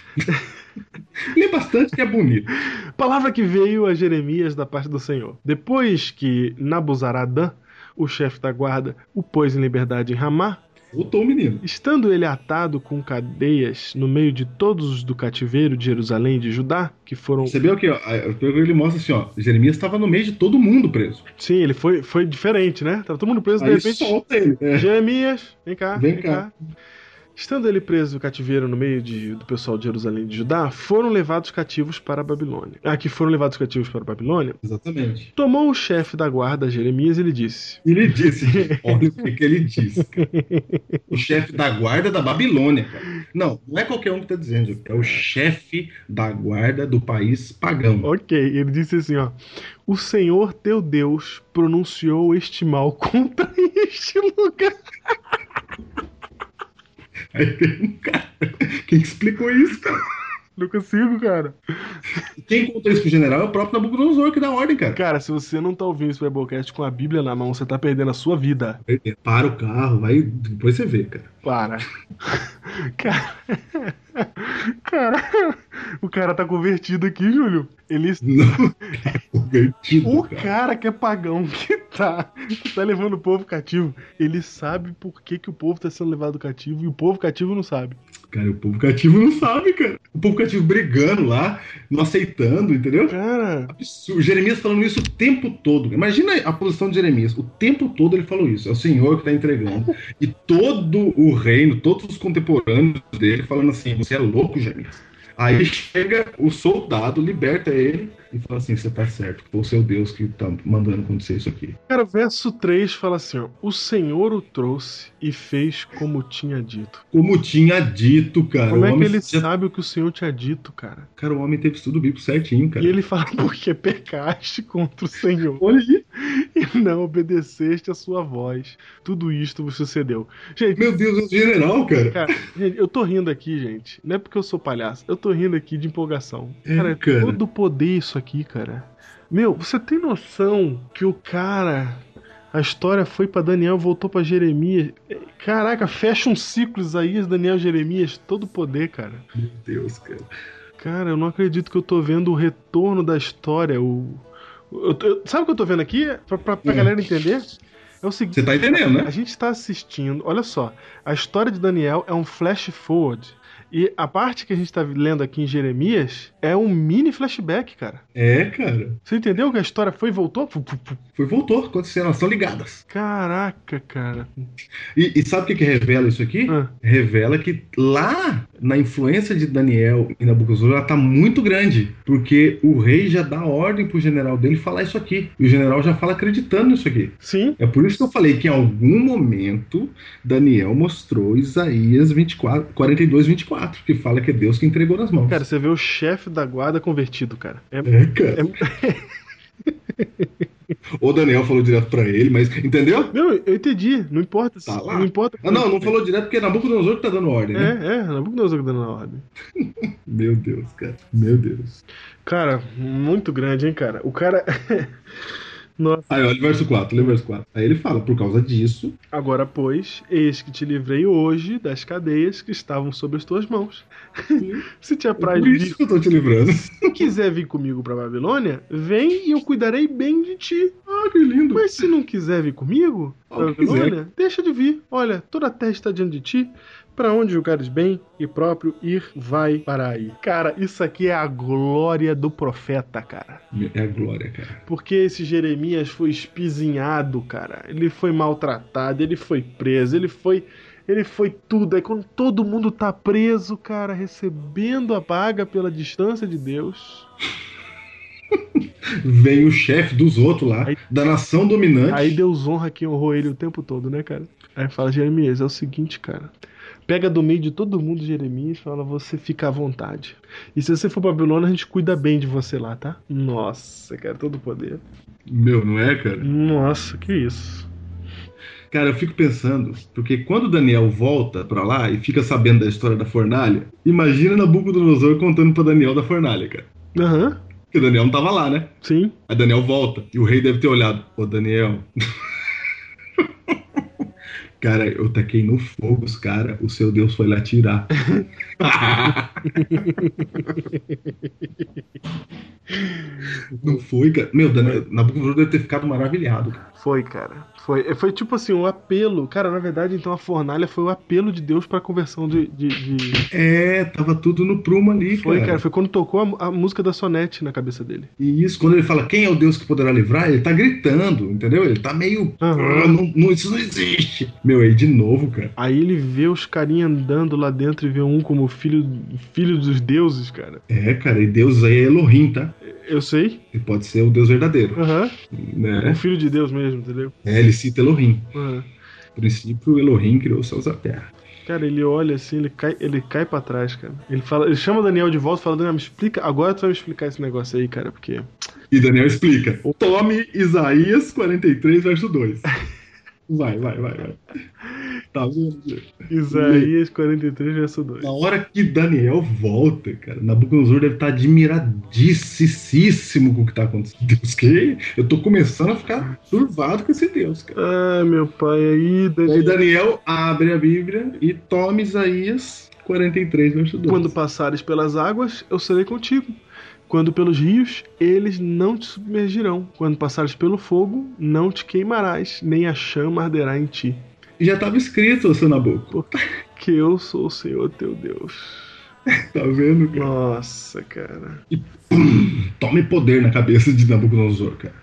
[SPEAKER 3] lê bastante que é bonito.
[SPEAKER 2] Palavra que veio a Jeremias da parte do Senhor. Depois que Nabuzaradã, o chefe da guarda, o pôs em liberdade em Ramá,
[SPEAKER 3] Voltou o menino.
[SPEAKER 2] Estando ele atado com cadeias no meio de todos os do cativeiro de Jerusalém e de Judá, que foram.
[SPEAKER 3] Você vê o que? ó, a- o que Ele mostra assim, ó. Jeremias estava no meio de todo mundo preso.
[SPEAKER 2] Sim, ele foi, foi diferente, né? Tava todo mundo preso, de
[SPEAKER 3] Aí
[SPEAKER 2] repente.
[SPEAKER 3] solta ele. É.
[SPEAKER 2] Jeremias, vem cá, vem,
[SPEAKER 3] Vem
[SPEAKER 2] cá.
[SPEAKER 3] cá.
[SPEAKER 2] Estando ele preso no cativeiro no meio de- do pessoal de Jerusalém e de Judá, foram levados cativos para a Babilônia. Aqui foram levados cativos para a Babilônia.
[SPEAKER 3] Exatamente.
[SPEAKER 2] Tomou o chefe da guarda Jeremias e lhe disse:
[SPEAKER 3] Ele disse, olha o que, que ele disse, cara. O chefe da guarda da Babilônia, cara. Não, não é qualquer um que tá dizendo, gente. é o chefe da guarda do país pagão.
[SPEAKER 2] Ok, ele disse assim: ó. O Senhor teu Deus pronunciou este mal contra este lugar.
[SPEAKER 3] Aí tem um cara, quem explicou isso, cara?
[SPEAKER 2] Não consigo, cara.
[SPEAKER 3] Quem contou isso pro general é o próprio Nabucodonosor que dá ordem, cara.
[SPEAKER 2] Cara, se você não tá ouvindo esse Biblecast com a Bíblia na mão, você tá perdendo a sua vida.
[SPEAKER 3] Para o carro, vai, depois você vê, cara.
[SPEAKER 2] Para. cara. cara. O cara tá convertido aqui, Júlio. Ele.
[SPEAKER 3] Não, cara, convertido,
[SPEAKER 2] O
[SPEAKER 3] cara.
[SPEAKER 2] cara que é pagão que tá, que tá levando o povo cativo, ele sabe por que, que o povo tá sendo levado cativo e o povo cativo não sabe.
[SPEAKER 3] Cara, o povo cativo não sabe, cara. O povo cativo brigando lá, não aceitando, entendeu?
[SPEAKER 2] Cara,
[SPEAKER 3] Absurdo. Jeremias falando isso o tempo todo. Imagina a posição de Jeremias. O tempo todo ele falou isso. É o Senhor que está entregando. E todo o reino, todos os contemporâneos dele falando assim: você é louco, Jeremias. Aí chega o soldado, liberta ele e fala assim: você tá certo, foi o seu Deus que tá mandando acontecer isso aqui.
[SPEAKER 2] cara, verso 3 fala assim: ó, o Senhor o trouxe e fez como tinha dito.
[SPEAKER 3] Como tinha dito, cara.
[SPEAKER 2] Como
[SPEAKER 3] o
[SPEAKER 2] é que
[SPEAKER 3] homem
[SPEAKER 2] ele
[SPEAKER 3] já-
[SPEAKER 2] sabe o que o Senhor tinha dito, cara?
[SPEAKER 3] Cara, o homem teve estudo bíblico certinho, cara.
[SPEAKER 2] E ele fala porque pecaste contra o Senhor
[SPEAKER 3] Olha aí.
[SPEAKER 2] e não obedeceste a sua voz. Tudo isto vos sucedeu. Gente,
[SPEAKER 3] Meu Deus, é o general, cara.
[SPEAKER 2] Cara, gente, eu tô rindo aqui, gente. Não é porque eu sou palhaço. Eu tô rindo aqui de empolgação.
[SPEAKER 3] É,
[SPEAKER 2] Cara, é
[SPEAKER 3] cara.
[SPEAKER 2] todo poder isso aqui, cara. Meu, você tem noção que o cara. A história foi pra Daniel, voltou pra Jeremias. Caraca, fecha um ciclo, Isaías, Daniel, Jeremias. Todo poder, cara.
[SPEAKER 3] Meu Deus, cara.
[SPEAKER 2] Cara, eu não acredito que eu tô vendo o retorno da história. O... eu tô- eu- sabe o que eu tô vendo aqui? Pra, pra, pra
[SPEAKER 3] Hum.
[SPEAKER 2] galera entender? É o seguinte.
[SPEAKER 3] Você tá entendendo, né?
[SPEAKER 2] A gente está assistindo, olha só, a história de Daniel é um flash forward. E a parte que a gente está lendo aqui em Jeremias é um mini flashback, cara.
[SPEAKER 3] É, cara.
[SPEAKER 2] Você entendeu que a história foi e voltou? Fu- fu- fu-
[SPEAKER 3] Foi, voltou, acontecendo, elas estão ligadas.
[SPEAKER 2] Caraca, cara.
[SPEAKER 3] E, e sabe o que, que revela isso aqui?
[SPEAKER 2] Ah,
[SPEAKER 3] Revela que lá, na influência de Daniel e Nabucodonosor, ela tá muito grande. Porque o rei já dá ordem pro general dele falar isso aqui. E o general já fala acreditando nisso aqui.
[SPEAKER 2] sim,
[SPEAKER 3] É por isso que eu falei que em algum momento Daniel mostrou Isaías 24, 42, 24, que fala que é Deus que entregou nas mãos.
[SPEAKER 2] cara, você vê o chefe da guarda convertido, cara. É-
[SPEAKER 3] É, cara. o Daniel falou direto pra ele, mas entendeu?
[SPEAKER 2] Não, eu entendi, não importa. se-
[SPEAKER 3] Tá lá.
[SPEAKER 2] não importa.
[SPEAKER 3] Ah, não, não falou direto porque Nabucodonosor que tá dando ordem, né?
[SPEAKER 2] É, é, Nabucodonosor que dando na ordem.
[SPEAKER 3] Meu Deus, cara. Meu Deus.
[SPEAKER 2] Cara, muito grande, hein, cara. O cara. Nossa.
[SPEAKER 3] Aí, olha o verso 4, lê o verso 4. Aí ele fala, por causa disso,
[SPEAKER 2] Agora, pois, eis que te livrei hoje das cadeias que estavam sobre as tuas mãos. Se te
[SPEAKER 3] é
[SPEAKER 2] apraz
[SPEAKER 3] por isso
[SPEAKER 2] vir,
[SPEAKER 3] que eu tô te livrando.
[SPEAKER 2] se quiser vir comigo pra Babilônia, vem e eu cuidarei bem de ti.
[SPEAKER 3] Ah, que lindo.
[SPEAKER 2] Mas se não quiser vir comigo pra
[SPEAKER 3] Ah, o que quiser.
[SPEAKER 2] Babilônia, deixa de vir. Olha, toda a terra está diante de ti. Pra onde julgares bem e próprio ir, vai para aí. Cara, isso aqui é a glória do profeta, cara.
[SPEAKER 3] É a glória, cara.
[SPEAKER 2] Porque esse Jeremias foi espizinhado, cara. Ele foi maltratado, ele foi preso, ele foi. Ele foi tudo. Aí quando todo mundo tá preso, cara, recebendo a paga pela distância de Deus.
[SPEAKER 3] Vem o chefe dos outros lá,
[SPEAKER 2] Aí-
[SPEAKER 3] da nação dominante.
[SPEAKER 2] Aí Deus honra quem honrou ele o tempo todo, né, cara? Aí fala, Jeremias, é o seguinte, cara. Pega do meio de todo mundo, Jeremias, e fala, você fica à vontade. E se você for pra Babilônia, a gente cuida bem de você lá, tá? Nossa, cara, todo poder.
[SPEAKER 3] Meu, não é, cara?
[SPEAKER 2] Nossa, que isso.
[SPEAKER 3] Cara, eu fico pensando, porque quando Daniel volta pra lá e fica sabendo da história da fornalha, imagina Nabucodonosor contando pra Daniel da fornalha, cara.
[SPEAKER 2] Aham,
[SPEAKER 3] Porque Daniel não tava lá, né?
[SPEAKER 2] sim.
[SPEAKER 3] Aí Daniel volta e o rei deve ter olhado: Ô Daniel, Cara, eu taquei no fogo os caras, o seu Deus foi lá tirar. Não foi, cara. Meu, Daniel, Nabucodonosor deve ter ficado maravilhado. cara.
[SPEAKER 2] Foi, cara. Foi, foi tipo assim, o apelo. Cara, na verdade, então a fornalha foi o apelo de Deus pra conversão de. de, de-
[SPEAKER 3] É, tava tudo no prumo ali,
[SPEAKER 2] Foi,
[SPEAKER 3] cara.
[SPEAKER 2] cara. Foi quando tocou a mu- a, música da Sonete na cabeça dele.
[SPEAKER 3] E isso, quando ele fala quem é o Deus que poderá livrar, ele tá gritando, entendeu? Ele tá meio.
[SPEAKER 2] Aham.
[SPEAKER 3] "Ah, não- não- isso não existe. Meu, aí de novo, cara.
[SPEAKER 2] Aí ele vê os carinha andando lá dentro e vê um como filho, filho dos deuses, cara.
[SPEAKER 3] É, cara, e Deus aí é Elohim, tá?
[SPEAKER 2] Eu sei.
[SPEAKER 3] Ele pode ser o Deus verdadeiro,
[SPEAKER 2] Aham. Um
[SPEAKER 3] né?
[SPEAKER 2] filho de Deus mesmo, entendeu?
[SPEAKER 3] É, ele cita Elohim.
[SPEAKER 2] Aham.
[SPEAKER 3] No princípio, Elohim criou os céus e a terra.
[SPEAKER 2] Cara, ele olha assim, ele cai, ele cai pra trás, cara. Ele fala, ele chama o Daniel de volta e fala, Daniel, me explica, agora tu vai me explicar esse negócio aí, cara, porque.
[SPEAKER 3] E Daniel explica. Tome Isaías 43, verso 2. Vai, vai, vai, vai. Tá vendo? gente?
[SPEAKER 2] Isaías 43, verso 2.
[SPEAKER 3] Na hora que Daniel volta, cara, Nabucodonosor deve estar admiradíssimo com o que tá acontecendo. Deus, que eu tô começando a ficar turvado com esse Deus, cara.
[SPEAKER 2] Ai, Ah, meu pai, aí,
[SPEAKER 3] E
[SPEAKER 2] Daniel.
[SPEAKER 3] aí Daniel abre a Bíblia e tome Isaías 43, verso 2.
[SPEAKER 2] Quando passares pelas águas, eu serei contigo. Quando pelos rios, eles não te submergirão. Quando passares pelo fogo, não te queimarás, nem a chama arderá em ti.
[SPEAKER 3] Já tava escrito, seu Nabuco.
[SPEAKER 2] Que eu sou o Senhor teu Deus.
[SPEAKER 3] Tá vendo, cara?
[SPEAKER 2] Nossa, cara.
[SPEAKER 3] Tome poder na cabeça de Nabucodonosor, cara.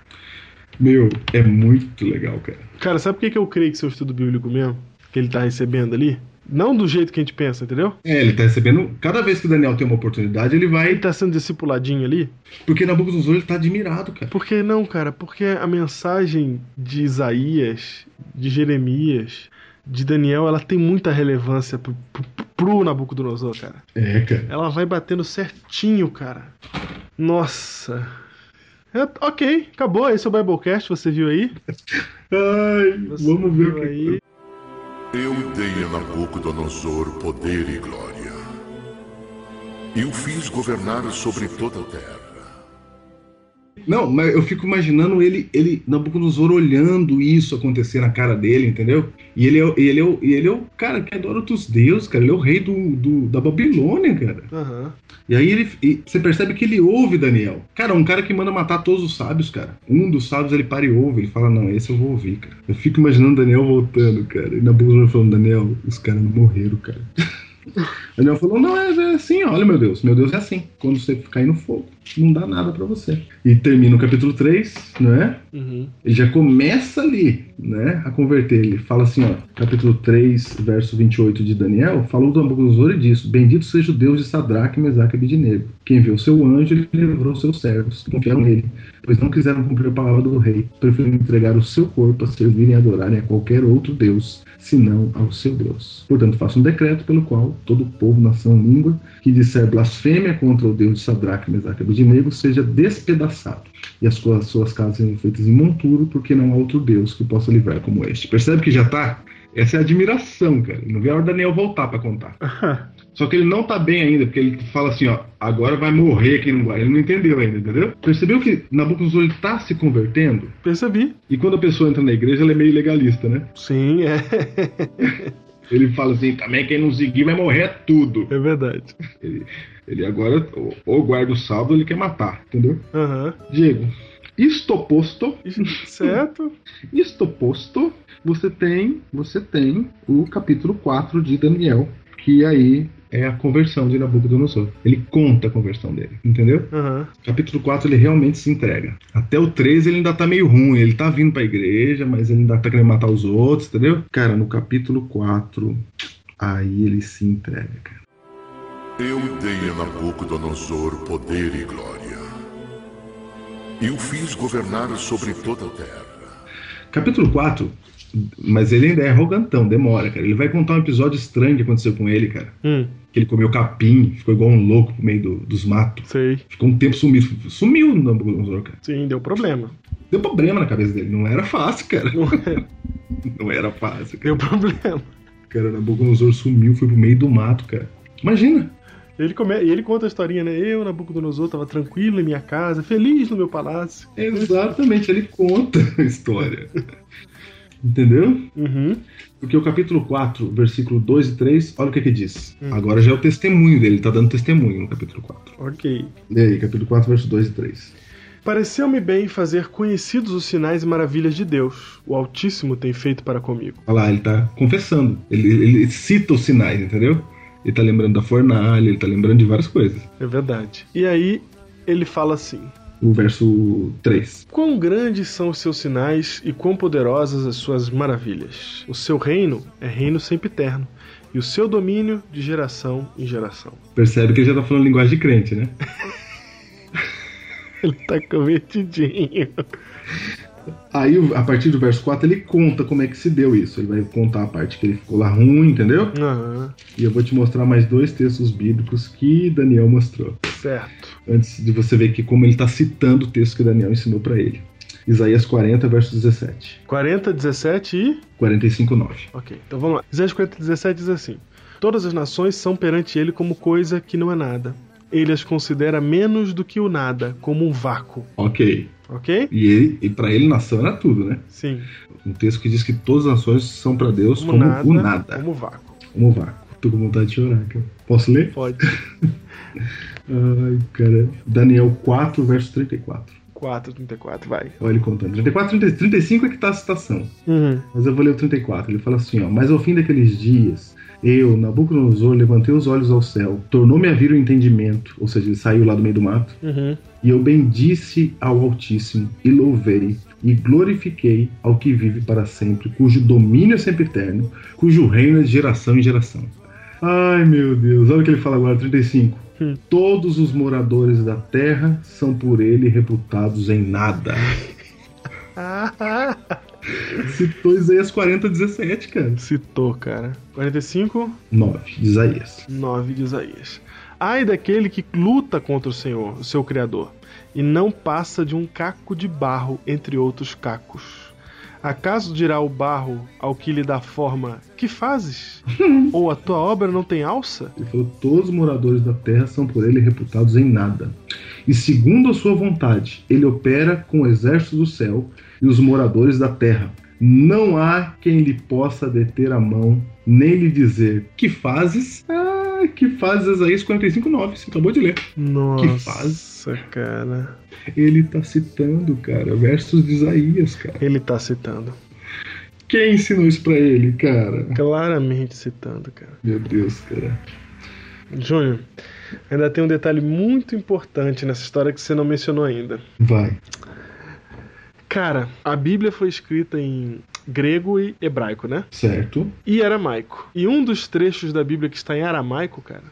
[SPEAKER 3] Meu, é muito legal, cara.
[SPEAKER 2] Cara, sabe por que que eu creio que seu estudo bíblico mesmo? Que ele tá recebendo ali? Não do jeito que a gente pensa, entendeu?
[SPEAKER 3] É, ele tá recebendo. Cada vez que o Daniel tem uma oportunidade, ele vai.
[SPEAKER 2] Ele tá sendo discipuladinho ali.
[SPEAKER 3] Porque Nabucodonosor ele tá admirado, cara.
[SPEAKER 2] Por que não, cara? Porque a mensagem de Isaías, de Jeremias, de Daniel, ela tem muita relevância pro, pro, pro Nabucodonosor, cara.
[SPEAKER 3] É, cara.
[SPEAKER 2] Ela vai batendo certinho, cara. Nossa. É, ok, acabou. Esse é o Biblecast, você viu aí?
[SPEAKER 3] Ai,
[SPEAKER 2] Você
[SPEAKER 3] vamos ver
[SPEAKER 2] viu
[SPEAKER 3] o que.
[SPEAKER 2] aí.
[SPEAKER 5] Eu dei a Nabucodonosor poder e glória. E o fiz governar sobre toda a terra.
[SPEAKER 3] Não, mas eu fico imaginando ele, ele, Nabucodonosor olhando isso acontecer na cara dele, entendeu? E ele é, o- ele é, o- ele é o cara que adora outros deuses, cara. Ele é o rei do, do- da Babilônia, cara.
[SPEAKER 2] Aham.
[SPEAKER 3] E aí ele, e você percebe que ele ouve Daniel. Cara, é um cara que manda matar todos os sábios, cara. Um dos sábios ele para e ouve, ele fala: Não, esse eu vou ouvir, cara. Eu fico imaginando Daniel voltando, cara. E Nabucodonosor falando: Daniel, os caras não morreram, cara. Daniel falou: Não, é, é assim, olha, meu Deus. Meu Deus é assim. Quando você cair no fogo, não dá nada pra você. E termina o capítulo 3, não é?
[SPEAKER 2] Uhum.
[SPEAKER 3] Ele já começa ali, né, a converter. Ele fala assim, ó, capítulo 3, verso 28 de Daniel, falou do Nabucodonosor e disse, Bendito seja o Deus de Sadraque, Mesaque e Abidinego. Quem viu seu anjo, ele livrou seus servos, que confiaram nele, pois não quiseram cumprir a palavra do rei, preferiram entregar o seu corpo a servirem e adorarem a qualquer outro Deus, senão ao seu Deus. Portanto, faça um decreto pelo qual todo povo, nação, língua, que disser blasfêmia contra o Deus de Sadraque, Mesaque e Abidinego, seja despedaçado e as co- suas casas sendo feitas em monturo, porque não há outro Deus que possa livrar como este. Percebe que já tá? Essa é a admiração, cara. Não vê a hora do Daniel voltar pra contar. Só que ele não tá bem ainda, porque ele fala assim, ó, agora vai morrer aqui no Guará. Ele não entendeu ainda, entendeu? Percebeu que Nabucodonosor ele tá se convertendo?
[SPEAKER 2] Percebi.
[SPEAKER 3] E quando a pessoa entra na igreja, ela é meio legalista, né?
[SPEAKER 2] Sim, é.
[SPEAKER 3] Ele fala assim, também quem não seguir vai morrer tudo.
[SPEAKER 2] É verdade.
[SPEAKER 3] Ele agora, ou- ou guarda o sábado, ou ele quer matar, entendeu?
[SPEAKER 2] Aham.
[SPEAKER 3] Diego, isto posto,
[SPEAKER 2] Certo?
[SPEAKER 3] Isto posto, você tem, você tem o capítulo 4 de Daniel, que aí é a conversão de Nabucodonosor. Ele conta a conversão dele, entendeu?
[SPEAKER 2] Aham.
[SPEAKER 3] Capítulo 4 ele realmente se entrega. Até o 3 ele ainda tá meio ruim, ele tá vindo pra igreja, mas ele ainda tá querendo matar os outros, entendeu? Cara, no capítulo 4, aí ele se entrega, cara.
[SPEAKER 5] Eu dei a Nabucodonosor poder e glória. E o fiz governar sobre toda a terra.
[SPEAKER 3] Capítulo 4, mas ele ainda é arrogantão, demora, cara. Ele vai contar um episódio estranho que aconteceu com ele, cara.
[SPEAKER 2] Hum,
[SPEAKER 3] Que ele comeu capim, ficou igual um louco pro meio do- dos matos.
[SPEAKER 2] sei.
[SPEAKER 3] Ficou um tempo sumido. Sumiu no Nabucodonosor, cara.
[SPEAKER 2] Sim, deu problema.
[SPEAKER 3] Deu problema na cabeça dele. Não era fácil, cara.
[SPEAKER 2] Não é?
[SPEAKER 3] Não era fácil, cara.
[SPEAKER 2] Deu problema.
[SPEAKER 3] Cara, o Nabucodonosor sumiu, foi pro meio do mato, cara. Imagina.
[SPEAKER 2] Ele come... E ele conta a historinha, né? Eu, Nabucodonosor, tava tranquilo em minha
[SPEAKER 3] É
[SPEAKER 2] casa, feliz no meu palácio.
[SPEAKER 3] Exatamente, ele conta a história. Entendeu?
[SPEAKER 2] Uhum.
[SPEAKER 3] Porque o capítulo 4, versículo 2 e 3, olha o que que diz. Agora já é o testemunho dele, ele tá dando testemunho no capítulo 4.
[SPEAKER 2] Ok.
[SPEAKER 3] E aí, capítulo 4, verso 2 e 3.
[SPEAKER 2] Pareceu-me bem fazer conhecidos os sinais e maravilhas de Deus. O Altíssimo tem feito para comigo.
[SPEAKER 3] Olha lá, ele tá confessando. Ele, ele- ele cita os sinais, entendeu? Ele tá lembrando da fornalha, ele tá lembrando de várias coisas.
[SPEAKER 2] É verdade. E aí ele fala assim:
[SPEAKER 3] O verso 3.
[SPEAKER 2] Quão grandes são os seus sinais e quão poderosas as suas maravilhas. O seu reino é reino sempre eterno, e o seu domínio de geração em geração.
[SPEAKER 3] Percebe que ele já tá falando linguagem de crente, né?
[SPEAKER 2] Ele tá convertidinho.
[SPEAKER 3] Aí, o- a partir do verso 4, ele conta como é que se deu isso. Ele vai contar a parte que ele ficou lá ruim, entendeu?
[SPEAKER 2] Aham,
[SPEAKER 3] E eu vou te mostrar mais dois textos bíblicos que Daniel mostrou.
[SPEAKER 2] certo.
[SPEAKER 3] Antes de você ver que como ele tá citando o texto que Daniel ensinou para ele. Isaías 40, verso 17.
[SPEAKER 2] 40, 17 e.
[SPEAKER 3] 45, 9.
[SPEAKER 2] Ok, então vamos lá. Isaías 40, 17 diz assim: Todas as nações são perante ele como coisa que não é nada. Ele as considera menos do que o nada, como um vácuo.
[SPEAKER 3] Ok.
[SPEAKER 2] Ok?
[SPEAKER 3] E, ele, e para ele nação era tudo, né?
[SPEAKER 2] Sim.
[SPEAKER 3] Um texto que diz que todas as nações são para Deus como, o nada.
[SPEAKER 2] Como vácuo.
[SPEAKER 3] Como o vácuo. Tô com vontade de chorar, cara. Posso ler?
[SPEAKER 2] Pode.
[SPEAKER 3] Ai, cara. Daniel 4, verso 34.
[SPEAKER 2] 4, 34, vai.
[SPEAKER 3] Olha ele contando. 34, 30, 35 é que tá a citação.
[SPEAKER 2] Uhum.
[SPEAKER 3] Mas eu vou ler o 34. Ele fala assim, ó. Mas ao fim daqueles dias, eu, Nabucodonosor, levantei os olhos ao céu. Tornou-me a vir o entendimento. Ou seja, ele saiu lá do meio do mato.
[SPEAKER 2] Uhum.
[SPEAKER 3] E eu bendisse ao Altíssimo, e louvei, e glorifiquei ao que vive para sempre, cujo domínio é sempre eterno, cujo reino é de geração em geração. Ai meu Deus, olha o que ele fala agora, 35.
[SPEAKER 2] Hum.
[SPEAKER 3] Todos os moradores da terra são por ele reputados em nada.
[SPEAKER 2] Ah,
[SPEAKER 3] uhum. Citou Isaías 40, 17, cara.
[SPEAKER 2] citou, cara. 45,
[SPEAKER 3] 9, Isaías.
[SPEAKER 2] 9 de Isaías. Ai daquele que luta contra o Senhor, o seu Criador, e não passa de um caco de barro entre outros cacos. Acaso dirá o barro ao que lhe dá forma, que fazes? Ou a tua obra não tem alça?
[SPEAKER 3] Ele falou: todos os moradores da terra são por ele reputados em nada. E segundo a sua vontade, ele opera com o exército do céu e os moradores da terra. Não há quem lhe possa deter a mão, nem lhe dizer: Que fazes? Ah, que fazes Isaías 45,9? Você acabou de ler.
[SPEAKER 2] Nossa,
[SPEAKER 3] faz?
[SPEAKER 2] cara.
[SPEAKER 3] Ele tá citando, cara, versos de Isaías, cara.
[SPEAKER 2] Ele tá citando.
[SPEAKER 3] Quem ensinou isso pra ele, cara?
[SPEAKER 2] Claramente citando, cara.
[SPEAKER 3] Meu Deus, cara.
[SPEAKER 2] Júnior, ainda tem um detalhe muito importante nessa história que você não mencionou ainda.
[SPEAKER 3] Vai.
[SPEAKER 2] Cara, a Bíblia foi escrita em grego e hebraico, né?
[SPEAKER 3] Certo?
[SPEAKER 2] E aramaico. E um dos trechos da Bíblia que está em aramaico, cara,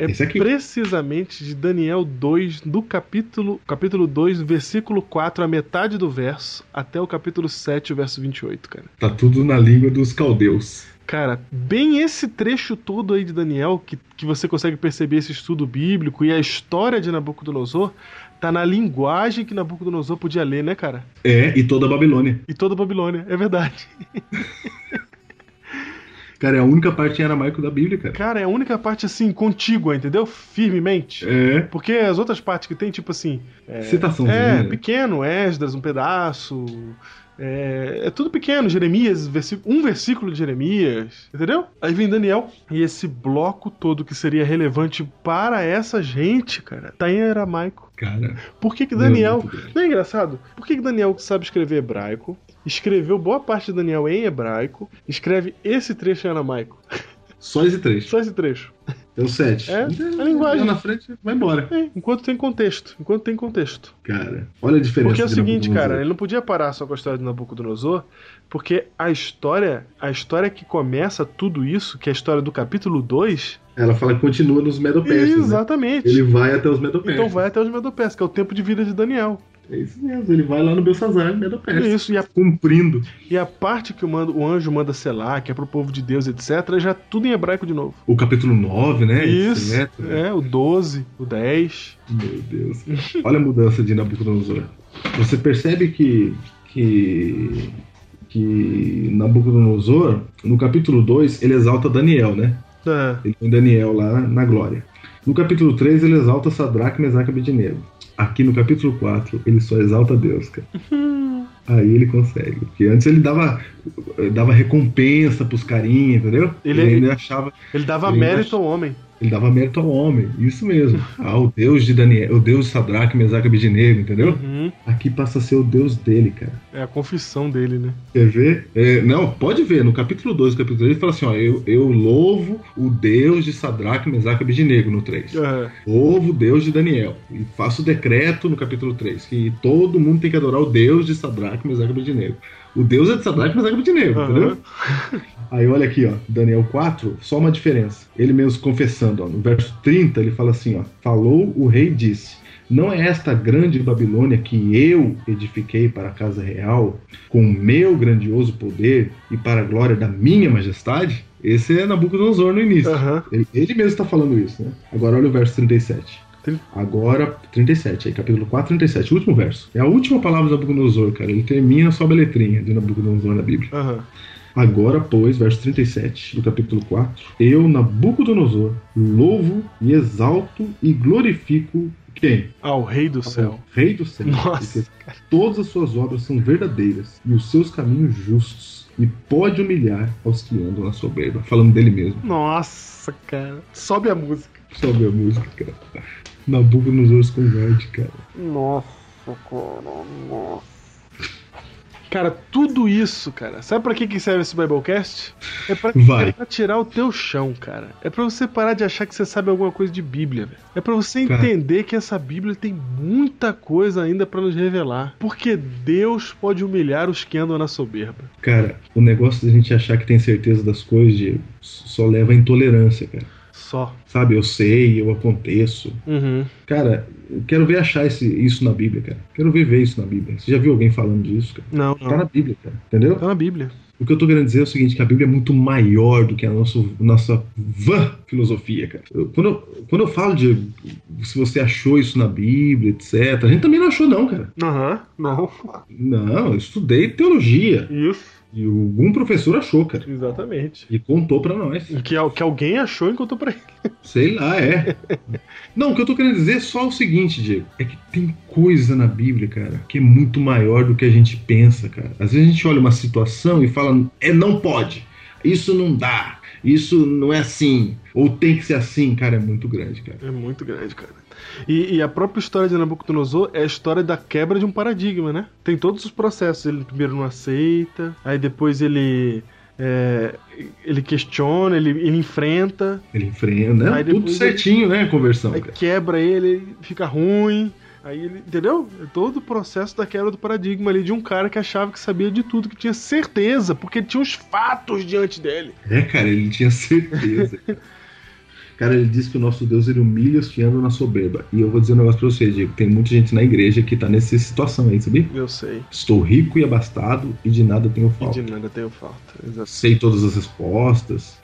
[SPEAKER 2] é
[SPEAKER 3] Esse aqui.
[SPEAKER 2] precisamente de Daniel 2, do capítulo, capítulo 2, versículo 4, a metade do verso, até o capítulo 7, verso 28, cara.
[SPEAKER 3] Tá tudo na língua dos caldeus.
[SPEAKER 2] Cara, bem esse trecho todo aí de Daniel, que, que você consegue perceber esse estudo bíblico e a história de Nabucodonosor, tá na linguagem que Nabucodonosor podia ler, né, cara?
[SPEAKER 3] É, e toda a Babilônia.
[SPEAKER 2] E toda a Babilônia, é verdade.
[SPEAKER 3] Cara, é a única parte em aramaico da Bíblia, cara.
[SPEAKER 2] Cara, é a única parte assim, contígua, entendeu? Firmemente.
[SPEAKER 3] É.
[SPEAKER 2] Porque as outras partes que tem, tipo assim,
[SPEAKER 3] Citaçãozinha.
[SPEAKER 2] é
[SPEAKER 3] né?
[SPEAKER 2] pequeno, Esdras, um pedaço. É, é tudo pequeno, Jeremias, versículo- um versículo de Jeremias, entendeu? Aí vem Daniel. E esse bloco todo que seria relevante para essa gente, cara, tá em aramaico.
[SPEAKER 3] Cara,
[SPEAKER 2] Por que que
[SPEAKER 3] Meu
[SPEAKER 2] Daniel.
[SPEAKER 3] Deus, cara.
[SPEAKER 2] Não é engraçado? Por que que Daniel que sabe escrever hebraico? Escreveu boa parte de Daniel em hebraico, escreve esse trecho em aramaico.
[SPEAKER 3] só esse trecho.
[SPEAKER 2] Só esse trecho.
[SPEAKER 3] É o 7.
[SPEAKER 2] É, a linguagem.
[SPEAKER 3] Lá na frente, vai embora.
[SPEAKER 2] É, enquanto tem contexto. Enquanto tem contexto.
[SPEAKER 3] Cara, olha a diferença.
[SPEAKER 2] Porque é o
[SPEAKER 3] de
[SPEAKER 2] seguinte,
[SPEAKER 3] Nabucodonosor.
[SPEAKER 2] cara, ele não podia parar só com a história de Nabucodonosor, porque a história, a história que começa tudo isso, que é a história do capítulo 2,
[SPEAKER 3] Ela fala que continua nos Medopestas. Né?
[SPEAKER 2] exatamente.
[SPEAKER 3] Ele vai até os Medopestas.
[SPEAKER 2] Então vai até os Medopés, que é o tempo de vida de Daniel.
[SPEAKER 3] É isso mesmo, ele vai lá no Belsazar, Medopestas.
[SPEAKER 2] É isso, e a,
[SPEAKER 3] Cumprindo.
[SPEAKER 2] e a parte que o, mando- o anjo manda selar, que é pro povo de Deus, etc., já tudo em hebraico de novo.
[SPEAKER 3] O capítulo 9, né?
[SPEAKER 2] Isso,
[SPEAKER 3] Etc.
[SPEAKER 2] é, o 12, o 10.
[SPEAKER 3] Meu Deus. Olha a mudança de Nabucodonosor. Você percebe que. que. que Nabucodonosor, no capítulo 2, ele exalta Daniel, né?
[SPEAKER 2] É,
[SPEAKER 3] Ele tem Daniel lá na glória. No capítulo 3, ele exalta Sadraque, Mesaque e Abednego. Aqui no capítulo 4, ele só exalta Deus, cara. Aí ele consegue. Porque antes ele dava, dava recompensa pros carinhas, entendeu?
[SPEAKER 2] Ele-
[SPEAKER 3] ainda achava.
[SPEAKER 2] Ele dava
[SPEAKER 3] Ele
[SPEAKER 2] mérito ao homem.
[SPEAKER 3] Ele dava mérito ao homem, isso mesmo. Ao deus de Daniel, o deus de Sadraque, Mesaque e Abednego, entendeu?
[SPEAKER 2] Uhum.
[SPEAKER 3] Aqui passa a ser o deus dele, cara.
[SPEAKER 2] É a confissão dele, né?
[SPEAKER 3] Quer ver? É, não, pode ver. No capítulo 2, capítulo 3, ele fala assim: ó, eu, eu louvo o Deus de Sadraque, Mesaque e Abednego no 3.
[SPEAKER 2] É.
[SPEAKER 3] Louvo o Deus de Daniel. E faço o decreto no capítulo 3, que todo mundo tem que adorar o Deus de Sadraque, Mesaque e Abednego. O Deus é de Sadraque, Mesaque e Abednego,
[SPEAKER 2] Aham.
[SPEAKER 3] entendeu? Aí olha aqui, ó, Daniel 4, só uma diferença. Ele mesmo confessando, ó, no verso 30, ele fala assim, ó: "Falou o rei e disse: Não é esta grande Babilônia que eu edifiquei para a casa real com o meu grandioso poder e para a glória da minha majestade?" Esse é Nabucodonosor no início.
[SPEAKER 2] Aham.
[SPEAKER 3] Ele, ele mesmo está falando isso, né? Agora olha o verso 37.
[SPEAKER 2] Trin-
[SPEAKER 3] Agora, 37, aí, capítulo 4, 37, último verso. É a última palavra do Nabucodonosor, cara. Ele termina só a letrinha de Nabucodonosor na Bíblia.
[SPEAKER 2] Aham.
[SPEAKER 3] Agora, pois, verso 37 do capítulo 4, eu, Nabucodonosor, louvo e exalto e glorifico quem?
[SPEAKER 2] Ao rei do céu.
[SPEAKER 3] Rei do céu.
[SPEAKER 2] Nossa,
[SPEAKER 3] Porque todas as suas obras são verdadeiras e os seus caminhos justos. E pode humilhar aos que andam na soberba. Falando dele mesmo.
[SPEAKER 2] Nossa, cara. Sobe a música.
[SPEAKER 3] Sobe a música, cara. Nabucodonosor se converte, cara.
[SPEAKER 2] Nossa, cara. Nossa. Cara, tudo isso, cara. Sabe pra que que serve esse Biblecast? É pra,
[SPEAKER 3] Vai.
[SPEAKER 2] é pra tirar o teu chão, cara. É pra você parar de achar que você sabe alguma coisa de Bíblia, velho. É pra você
[SPEAKER 3] Cara.
[SPEAKER 2] entender que essa Bíblia tem muita coisa ainda pra nos revelar. Porque Deus pode humilhar os que andam na soberba.
[SPEAKER 3] Cara, o negócio da gente achar que tem certeza das coisas Diego, só leva à intolerância, cara.
[SPEAKER 2] Só.
[SPEAKER 3] Sabe, eu sei, eu aconteço.
[SPEAKER 2] Uhum.
[SPEAKER 3] Cara, eu quero ver achar esse- isso na Bíblia, cara. Quero ver ver isso na Bíblia. Você já viu alguém falando disso, cara?
[SPEAKER 2] Não,
[SPEAKER 3] Tá na
[SPEAKER 2] não.
[SPEAKER 3] Bíblia, cara. Entendeu?
[SPEAKER 2] Tá na Bíblia.
[SPEAKER 3] O que eu tô querendo dizer é o seguinte, que a Bíblia é muito maior do que a nossa, nossa vã filosofia, cara. Eu- quando, eu, quando eu falo de se você achou isso na Bíblia, etc., a gente também não achou, não, cara.
[SPEAKER 2] Aham, não.
[SPEAKER 3] Não, eu estudei teologia.
[SPEAKER 2] Isso,
[SPEAKER 3] E algum professor achou, cara.
[SPEAKER 2] exatamente.
[SPEAKER 3] E contou pra nós.
[SPEAKER 2] Que, al- que alguém achou e contou pra ele.
[SPEAKER 3] Sei lá, é. Não, o que eu tô querendo dizer é só o seguinte, Diego. É que tem coisa na Bíblia, cara, que é muito maior do que a gente pensa, cara. Às vezes a gente olha uma situação e fala, é, não pode, isso não dá, isso não é assim, ou tem que ser assim, cara, é muito grande, cara.
[SPEAKER 2] É muito grande, cara. E, e a própria história de Nabucodonosor é a história da quebra de um paradigma, né? Tem todos os processos. Ele primeiro não aceita, aí depois ele. é, ele questiona, ele, ele enfrenta,
[SPEAKER 3] Ele enfrenta, né?
[SPEAKER 2] Aí
[SPEAKER 3] Tudo
[SPEAKER 2] depois
[SPEAKER 3] certinho, né, a conversão,
[SPEAKER 2] aí
[SPEAKER 3] cara.
[SPEAKER 2] quebra ele, ele fica ruim. Aí ele. Entendeu? É todo o processo da quebra do paradigma ali de um cara que achava que sabia de tudo, que tinha certeza, porque ele tinha os fatos diante dele.
[SPEAKER 3] É, cara, ele tinha certeza. cara. Cara, ele diz que o nosso Deus ele humilha os que andam na soberba. E eu vou dizer um negócio pra você, Diego. Tem muita gente na igreja que tá nessa situação aí, sabia?
[SPEAKER 2] Eu sei.
[SPEAKER 3] Estou rico e abastado e de nada tenho
[SPEAKER 2] E de
[SPEAKER 3] falta.
[SPEAKER 2] nada tenho falta. Exato.
[SPEAKER 3] Sei todas as respostas.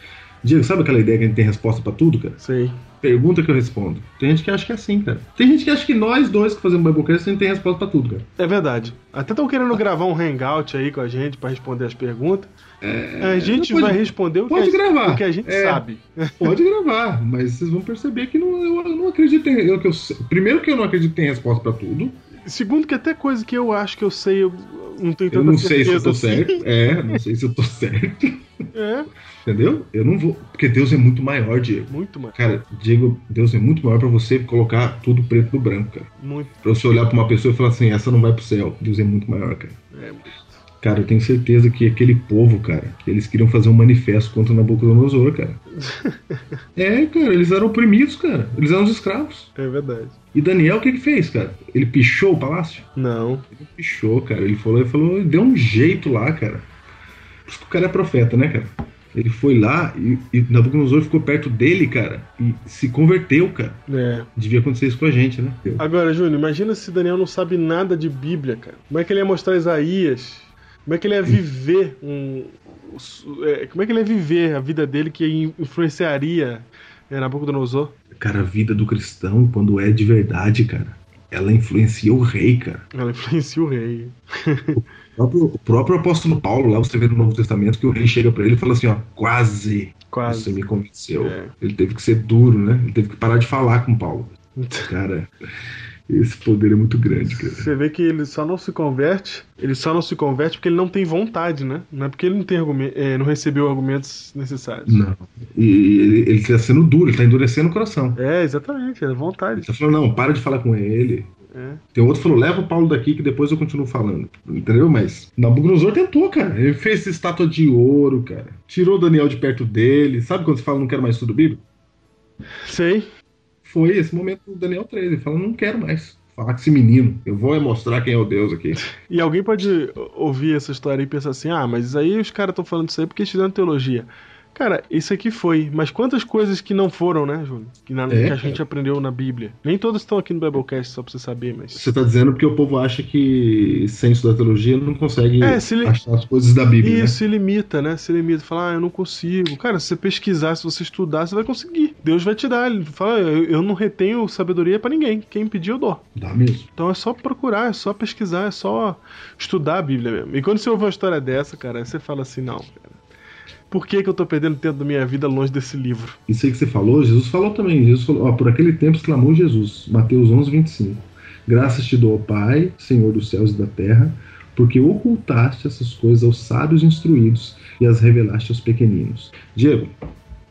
[SPEAKER 3] Diego, sabe aquela ideia que a gente tem resposta pra tudo, cara?
[SPEAKER 2] Sei.
[SPEAKER 3] Pergunta que eu respondo. Tem gente que acha que é assim, cara. Tem gente que acha que nós dois que fazemos Biblecast, a gente tem resposta pra tudo, cara.
[SPEAKER 2] É verdade. Até estão querendo gravar um hangout aí com a gente pra responder as perguntas. a gente
[SPEAKER 3] É, pode-
[SPEAKER 2] vai responder o que a,
[SPEAKER 3] Pode
[SPEAKER 2] gente-
[SPEAKER 3] gravar.
[SPEAKER 2] o que a gente
[SPEAKER 3] É,
[SPEAKER 2] sabe.
[SPEAKER 3] Pode gravar, mas vocês vão perceber que não, eu, eu não acredito em. Eu, que eu, sei- primeiro que eu não acredito em resposta pra tudo.
[SPEAKER 2] Segundo, que até coisa que eu acho que eu sei, eu não tenho tanta
[SPEAKER 3] Eu não sei
[SPEAKER 2] certeza.
[SPEAKER 3] se eu tô
[SPEAKER 2] assim.
[SPEAKER 3] certo. É, não sei se eu tô certo.
[SPEAKER 2] É,
[SPEAKER 3] Entendeu? Eu não vou. Porque Deus é muito maior, Diego.
[SPEAKER 2] muito, mano.
[SPEAKER 3] Cara, Diego, Deus é muito maior pra você colocar tudo preto no branco, cara.
[SPEAKER 2] Muito.
[SPEAKER 3] Pra você olhar pra uma pessoa e falar assim, essa não vai pro céu. Deus é muito maior, cara.
[SPEAKER 2] É, muito.
[SPEAKER 3] Cara, eu tenho certeza que aquele povo, cara, eles queriam fazer um manifesto contra Nabucodonosor, cara. é, cara, eles eram oprimidos, cara. Eles eram os escravos.
[SPEAKER 2] é verdade.
[SPEAKER 3] E Daniel, o que ele fez, cara? Ele pichou o palácio?
[SPEAKER 2] Não.
[SPEAKER 3] Ele pichou, cara. Ele falou, ele falou, deu um jeito lá, cara. Por isso que o cara é profeta, né, cara? Ele foi lá e, e Nabucodonosor ficou perto dele, cara, e se converteu, cara.
[SPEAKER 2] É.
[SPEAKER 3] Devia acontecer isso com a gente, né?
[SPEAKER 2] Agora, Júnior, imagina se Daniel não sabe nada de Bíblia, cara. Como é que ele ia mostrar Isaías? Como é que ele ia viver um. é, Como é que ele ia viver a vida dele que influenciaria é, Nabucodonosor?
[SPEAKER 3] Cara, a vida do cristão, quando é de verdade, cara, ela influencia o rei, cara.
[SPEAKER 2] Ela influencia o rei.
[SPEAKER 3] O próprio, o próprio apóstolo Paulo, lá você vê no Novo Testamento, que o rei chega pra ele e fala assim, ó, quase, você
[SPEAKER 2] Quase.
[SPEAKER 3] me convenceu.
[SPEAKER 2] É.
[SPEAKER 3] Ele teve que ser duro, né? Ele teve que parar de falar com Paulo. Cara, Esse poder é muito grande, cara.
[SPEAKER 2] Você vê que ele só não se converte, ele só não se converte porque ele não tem vontade, né? Não é porque ele não, tem argumen- eh, não recebeu argumentos necessários.
[SPEAKER 3] Não. E, e ele, ele tá sendo duro, ele tá endurecendo o coração.
[SPEAKER 2] É, exatamente, é
[SPEAKER 3] Ele
[SPEAKER 2] vontade.
[SPEAKER 3] tá falando, não, para de falar com ele.
[SPEAKER 2] É.
[SPEAKER 3] Tem outro que falou, leva o Paulo daqui que depois eu continuo falando. Entendeu? Mas Nabucodonosor tentou, cara. Ele fez estátua de ouro, cara. Tirou o Daniel de perto dele. Sabe quando você fala, não quero mais tudo bíblico?
[SPEAKER 2] Sei.
[SPEAKER 3] Foi esse momento do Daniel 13. Ele fala, não quero mais falar com esse menino. Eu vou é mostrar quem é o Deus aqui.
[SPEAKER 2] E alguém pode o- ouvir essa história e pensar assim: ah, mas isso aí os caras estão falando isso aí porque estudaram teologia. Cara, isso aqui foi, mas quantas coisas que não foram, né, Júlio? Que, na- que a
[SPEAKER 3] É, cara.
[SPEAKER 2] gente aprendeu na Bíblia. Nem todas estão aqui no Biblecast, só pra você saber, mas.
[SPEAKER 3] Você tá dizendo porque o povo acha que sem estudar teologia não consegue
[SPEAKER 2] É, se ele-
[SPEAKER 3] achar as coisas da Bíblia,
[SPEAKER 2] E
[SPEAKER 3] né?
[SPEAKER 2] se limita, né? Se limita. Fala, ah, eu não consigo. Cara, se você pesquisar, se você estudar, você vai conseguir. Deus vai te dar. Ele fala, "Ah, eu, eu não retenho sabedoria pra ninguém. Quem pedir, eu dou.
[SPEAKER 3] Dá mesmo.
[SPEAKER 2] Então é só procurar, é só pesquisar, é só estudar a Bíblia mesmo. E quando você ouve uma história dessa, cara, aí você fala assim, não, cara, por que, que eu tô perdendo tempo da minha vida longe desse livro?
[SPEAKER 3] Isso aí que você falou, Jesus falou também. Jesus falou, ó, por aquele tempo exclamou Jesus, Mateus 11, 25. Graças te dou, ó Pai, Senhor dos céus e da terra, porque ocultaste essas coisas aos sábios instruídos e as revelaste aos pequeninos. Diego,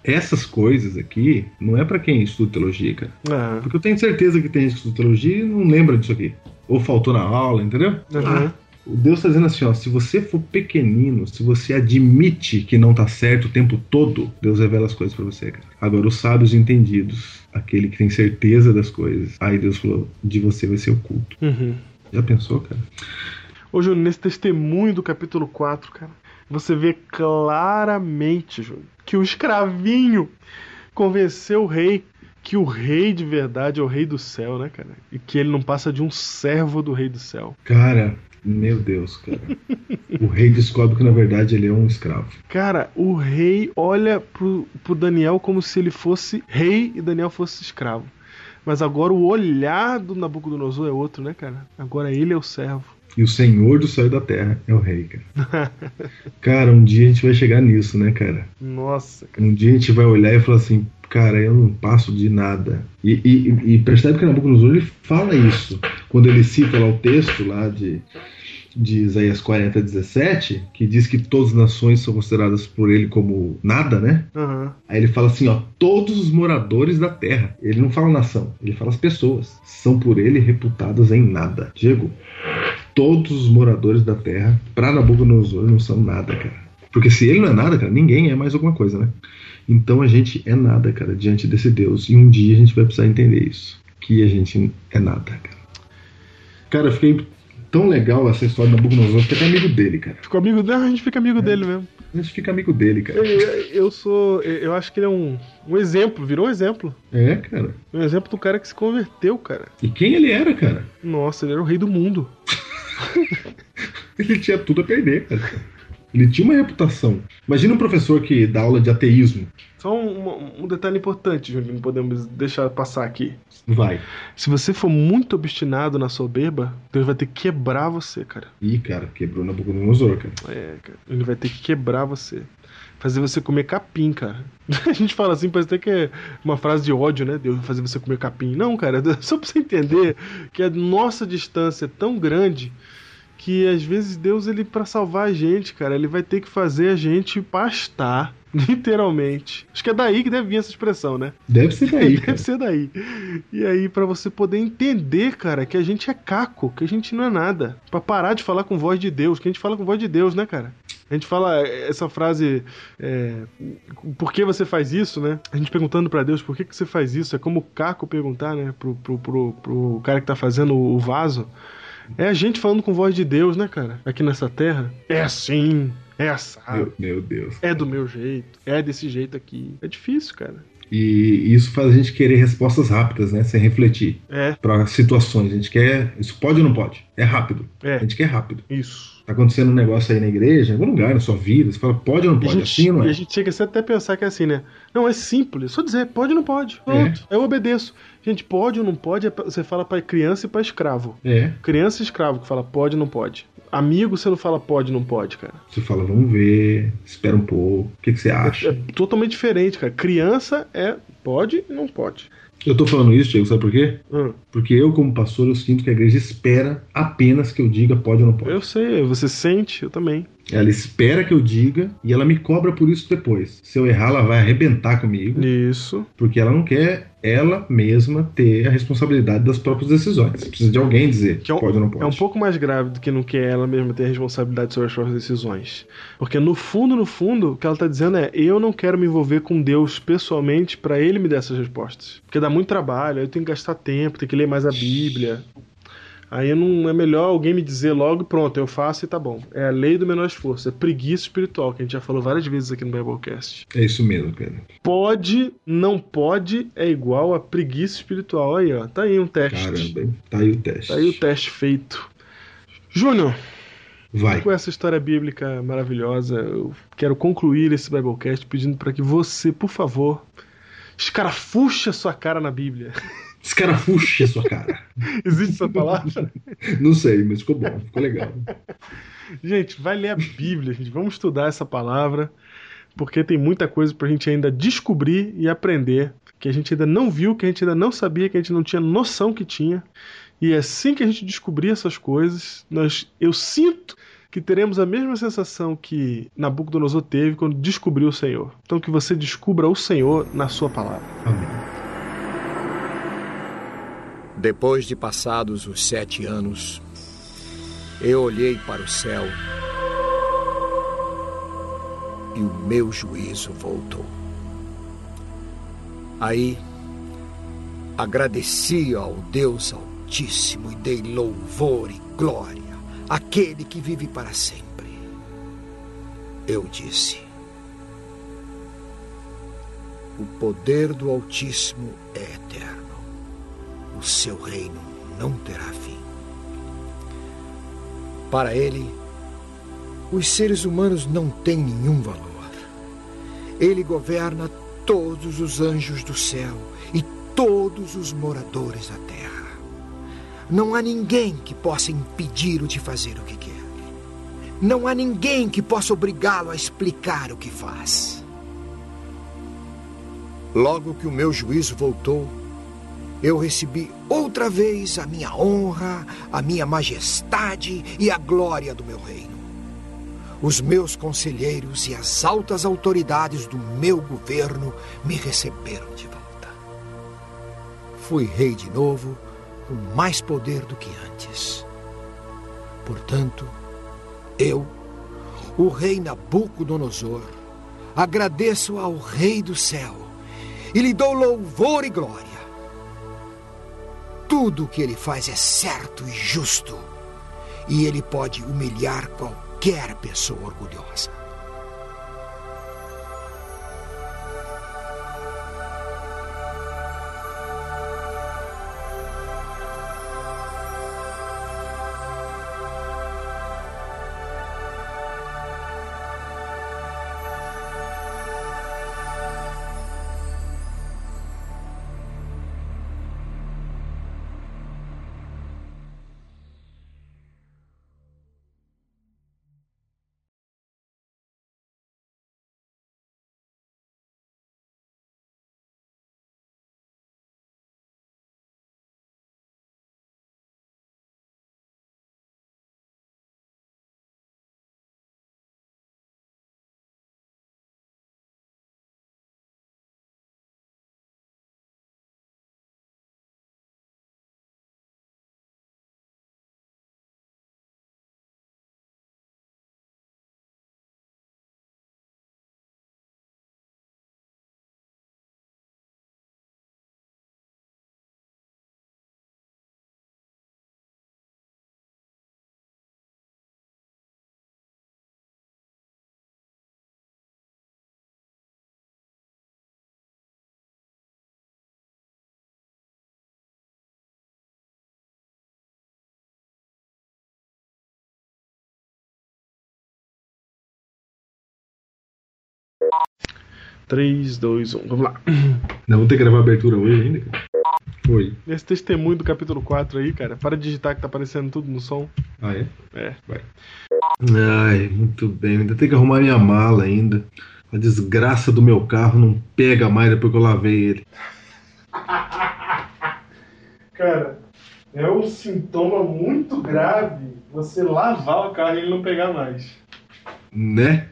[SPEAKER 3] essas coisas aqui não é pra quem estuda teologia, cara.
[SPEAKER 2] Ah,
[SPEAKER 3] Porque eu tenho certeza que tem gente que estuda teologia e não lembra disso aqui. Ou faltou na aula, entendeu? Ah,
[SPEAKER 2] aham.
[SPEAKER 3] O Deus está dizendo assim, ó, se você for pequenino, se você admite que não tá certo o tempo todo, Deus revela as coisas para você, cara. Agora, os sábios entendidos, aquele que tem certeza das coisas, aí Deus falou, de você vai ser oculto.
[SPEAKER 2] Uhum.
[SPEAKER 3] Já pensou, cara?
[SPEAKER 2] Ô, Júnior, nesse testemunho do capítulo 4, cara, você vê claramente, Júnior, que o escravinho convenceu o rei que o rei de verdade é o rei do céu, né, cara? E que ele não passa de um servo do rei do céu.
[SPEAKER 3] Cara, meu Deus, cara. o rei descobre que, na verdade, ele é um escravo.
[SPEAKER 2] Cara, o rei olha pro, pro Daniel como se ele fosse rei e Daniel fosse escravo. Mas agora o olhar do Nabucodonosor é outro, né, cara? Agora ele é o servo.
[SPEAKER 3] E o Senhor do céu e da terra é o rei, cara. cara, um dia a gente vai chegar nisso, né, cara?
[SPEAKER 2] Nossa, cara.
[SPEAKER 3] Um dia a gente vai olhar e falar assim, cara, eu não passo de nada. E, e- e percebe que Nabucodonosor ele fala isso. Quando ele cita lá o texto lá de, de Isaías 40, 17, que diz que todas as nações são consideradas por ele como nada, né?
[SPEAKER 2] Aham.
[SPEAKER 3] Aí ele fala assim, ó, todos os moradores da terra. Ele não fala nação, ele fala as pessoas. São por ele reputadas em nada. Diego, todos os moradores da terra, pra Nabucodonosor, não são nada, cara. Porque se ele não é nada, cara, ninguém é mais alguma coisa, né? Então a gente é nada, cara, diante desse Deus. E um dia a gente vai precisar entender isso. Que a gente é nada, cara. Cara, eu fiquei tão legal essa história do Nabucodonosor, fiquei até amigo dele, cara.
[SPEAKER 2] Ficou amigo dele? A gente fica amigo dele mesmo.
[SPEAKER 3] A gente fica amigo dele,
[SPEAKER 2] Eu,
[SPEAKER 3] cara.
[SPEAKER 2] eu- eu sou. Eu acho que ele é um, um exemplo, virou um exemplo.
[SPEAKER 3] É, cara.
[SPEAKER 2] Um exemplo do cara que se converteu, cara.
[SPEAKER 3] E quem ele era, cara?
[SPEAKER 2] Nossa, ele era o rei do mundo.
[SPEAKER 3] Ele tinha tudo a perder, cara. Ele tinha uma reputação. Imagina um professor que dá aula de ateísmo.
[SPEAKER 2] Só um, um- um detalhe importante, Júnior, que não podemos deixar passar aqui.
[SPEAKER 3] Vai.
[SPEAKER 2] Se você for muito obstinado na soberba, Deus vai ter que quebrar você, cara.
[SPEAKER 3] Ih, cara, quebrou Nabucodonosor, cara.
[SPEAKER 2] É, cara. Ele vai ter que quebrar você. Fazer você comer capim, cara. A gente fala assim, parece até que é uma frase de ódio, né? Deus vai fazer você comer capim. Não, cara, só pra você entender que a nossa distância é tão grande que às vezes Deus, ele, pra salvar a gente, cara, ele vai ter que fazer a gente pastar, literalmente. Acho que é daí que deve vir essa expressão, né?
[SPEAKER 3] Deve ser daí, cara.
[SPEAKER 2] Deve ser daí. E aí, pra você poder entender, cara, que a gente é caco, que a gente não é nada. Pra parar de falar com voz de Deus, que a gente fala com voz de Deus, né, cara? A gente fala essa frase, é, por que você faz isso, né? A gente perguntando pra Deus por que, que você faz isso. É como o Caco perguntar, né, pro, pro, pro, pro cara que tá fazendo o vaso. É a gente falando com voz de Deus, né, cara? Aqui nessa terra. É assim, é assado,
[SPEAKER 3] Meu, meu Deus.
[SPEAKER 2] é do meu jeito, é desse jeito aqui. É difícil, cara.
[SPEAKER 3] E isso faz a gente querer respostas rápidas, né? Sem refletir.
[SPEAKER 2] É,
[SPEAKER 3] Pra situações. A gente quer. Isso pode ou não pode? É rápido. A
[SPEAKER 2] é,
[SPEAKER 3] gente quer rápido.
[SPEAKER 2] isso.
[SPEAKER 3] Tá acontecendo um negócio aí na igreja, em algum lugar, na sua vida. Você fala, pode ou não
[SPEAKER 2] E a,
[SPEAKER 3] pode?
[SPEAKER 2] gente,
[SPEAKER 3] Assim ou não
[SPEAKER 2] e a
[SPEAKER 3] é?
[SPEAKER 2] gente chega até a pensar que é assim, né? Não, é simples, só dizer pode ou não pode. Pronto, eu obedeço. Gente, pode ou não pode, é pra- você fala pra criança e pra escravo.
[SPEAKER 3] É.
[SPEAKER 2] Criança e escravo que fala pode ou não pode. Amigo, você não fala pode ou não pode, cara.
[SPEAKER 3] Você fala, vamos ver, espera um pouco. O que, que você acha?
[SPEAKER 2] É totalmente diferente, cara. Criança é pode e não pode.
[SPEAKER 3] Eu tô falando isso, Diego, sabe por quê?
[SPEAKER 2] Hum.
[SPEAKER 3] Porque eu, como pastor, eu sinto que a igreja espera apenas que eu diga pode ou não pode.
[SPEAKER 2] Eu sei, você sente, eu também.
[SPEAKER 3] Ela espera que eu diga e ela me cobra por isso depois. Se eu errar, ela vai arrebentar comigo,
[SPEAKER 2] Isso.
[SPEAKER 3] porque ela não quer ela mesma ter a responsabilidade das próprias decisões. Precisa de alguém dizer
[SPEAKER 2] Que é um-
[SPEAKER 3] pode ou não pode.
[SPEAKER 2] É um pouco mais grave do que não quer ela mesma ter responsabilidade sobre as próprias decisões. Porque no fundo, no fundo, o que ela tá dizendo é: eu não quero me envolver com Deus pessoalmente pra ele me dar essas respostas. Porque dá muito trabalho, eu tenho que gastar tempo, tenho que ler mais a Bíblia. Aí eu não é melhor alguém me dizer logo, pronto, eu faço e tá bom. É a lei do menor esforço, é preguiça espiritual, que a gente já falou várias vezes aqui no Biblecast.
[SPEAKER 3] É isso mesmo, Pedro.
[SPEAKER 2] Pode, não pode é igual a preguiça espiritual. Aí, ó, tá aí um teste.
[SPEAKER 3] Caramba, hein? tá aí o teste.
[SPEAKER 2] Tá aí o teste feito. Júnior,
[SPEAKER 3] Vai.
[SPEAKER 2] com essa história bíblica maravilhosa, eu quero concluir esse Biblecast pedindo para que você, por favor, escarafuche a sua cara na Bíblia.
[SPEAKER 3] Escarafuxa sua cara.
[SPEAKER 2] Existe essa palavra?
[SPEAKER 3] Não sei, mas ficou bom, ficou legal.
[SPEAKER 2] gente, vai ler a Bíblia, gente. Vamos estudar essa palavra, porque tem muita coisa pra gente ainda descobrir e aprender, que a gente ainda não viu, que a gente ainda não sabia, que a gente não tinha noção que tinha. E assim que a gente descobrir essas coisas, nós, eu sinto que teremos a mesma sensação que Nabucodonosor teve quando descobriu o Senhor. Então que você descubra o Senhor na sua palavra.
[SPEAKER 3] Amém.
[SPEAKER 6] Depois de passados os sete anos, eu olhei para o céu e o meu juízo voltou. Aí agradeci ao Deus Altíssimo e dei louvor e glória àquele que vive para sempre. Eu disse: O poder do Altíssimo é eterno o seu reino não terá fim. Para ele, os seres humanos não têm nenhum valor. Ele governa todos os anjos do céu e todos os moradores da terra. Não há ninguém que possa impedir-o de fazer o que quer. Não há ninguém que possa obrigá-lo a explicar o que faz. Logo que o meu juízo voltou, eu recebi outra vez a minha honra, a minha majestade e a glória do meu reino. Os meus conselheiros e as altas autoridades do meu governo me receberam de volta. Fui rei de novo, com mais poder do que antes. Portanto, eu, o rei Nabucodonosor, agradeço ao rei do céu e lhe dou louvor e glória. Tudo o que ele faz é certo e justo. E ele pode humilhar qualquer pessoa orgulhosa.
[SPEAKER 2] Três, dois, um. vamos lá.
[SPEAKER 3] Não vou ter que gravar a abertura hoje ainda, cara. Foi.
[SPEAKER 2] Esse testemunho do capítulo 4 aí, cara, para de digitar que tá aparecendo tudo no som.
[SPEAKER 3] Ah, é?
[SPEAKER 2] É.
[SPEAKER 3] Vai. Ai, muito bem. Ainda tem que arrumar minha mala ainda. A desgraça do meu carro não pega mais depois que eu lavei ele.
[SPEAKER 7] Cara, é um sintoma muito grave você lavar o carro e ele não pegar mais.
[SPEAKER 3] Né?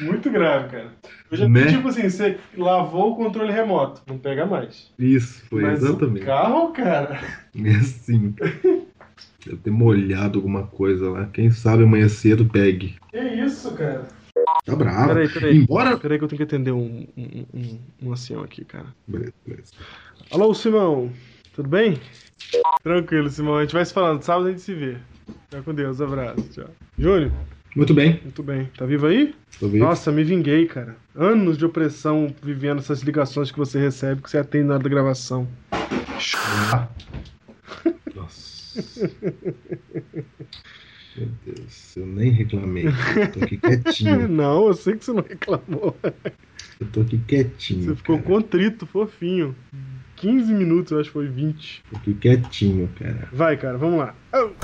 [SPEAKER 7] Muito grave, cara. Eu já,
[SPEAKER 3] Né?
[SPEAKER 7] Tipo assim, você lavou o controle remoto, não pega mais.
[SPEAKER 3] Isso, foi
[SPEAKER 7] Mas
[SPEAKER 3] exatamente.
[SPEAKER 7] o carro, cara,
[SPEAKER 3] É assim. Deve ter molhado alguma coisa lá. Quem sabe amanhã cedo pegue.
[SPEAKER 7] que isso, cara?
[SPEAKER 3] Tá bravo.
[SPEAKER 2] Peraí, peraí.
[SPEAKER 3] Embora.
[SPEAKER 2] Peraí que eu tenho que atender um, um, um, um ancião aqui, cara.
[SPEAKER 3] Beleza, beleza.
[SPEAKER 2] Alô, Simão. Tudo bem? Tranquilo, Simão. A gente vai se falando. Sábado a gente se vê. Fica com Deus. Abraço. Tchau. Júnior,
[SPEAKER 3] Muito bem.
[SPEAKER 2] muito bem. Tá vivo aí?
[SPEAKER 3] Tô bem.
[SPEAKER 2] Nossa, me vinguei, cara. Anos de opressão vivendo essas ligações que você recebe, que você atende na hora da gravação.
[SPEAKER 3] Nossa. Meu Deus, eu nem reclamei. Eu tô aqui quietinho.
[SPEAKER 2] Não, eu sei que você não reclamou.
[SPEAKER 3] Eu tô aqui quietinho.
[SPEAKER 2] Você ficou
[SPEAKER 3] cara.
[SPEAKER 2] contrito, fofinho. 15 minutos, eu acho que foi 20.
[SPEAKER 3] Tô aqui quietinho, cara.
[SPEAKER 2] Vai, cara, vamos lá. Au!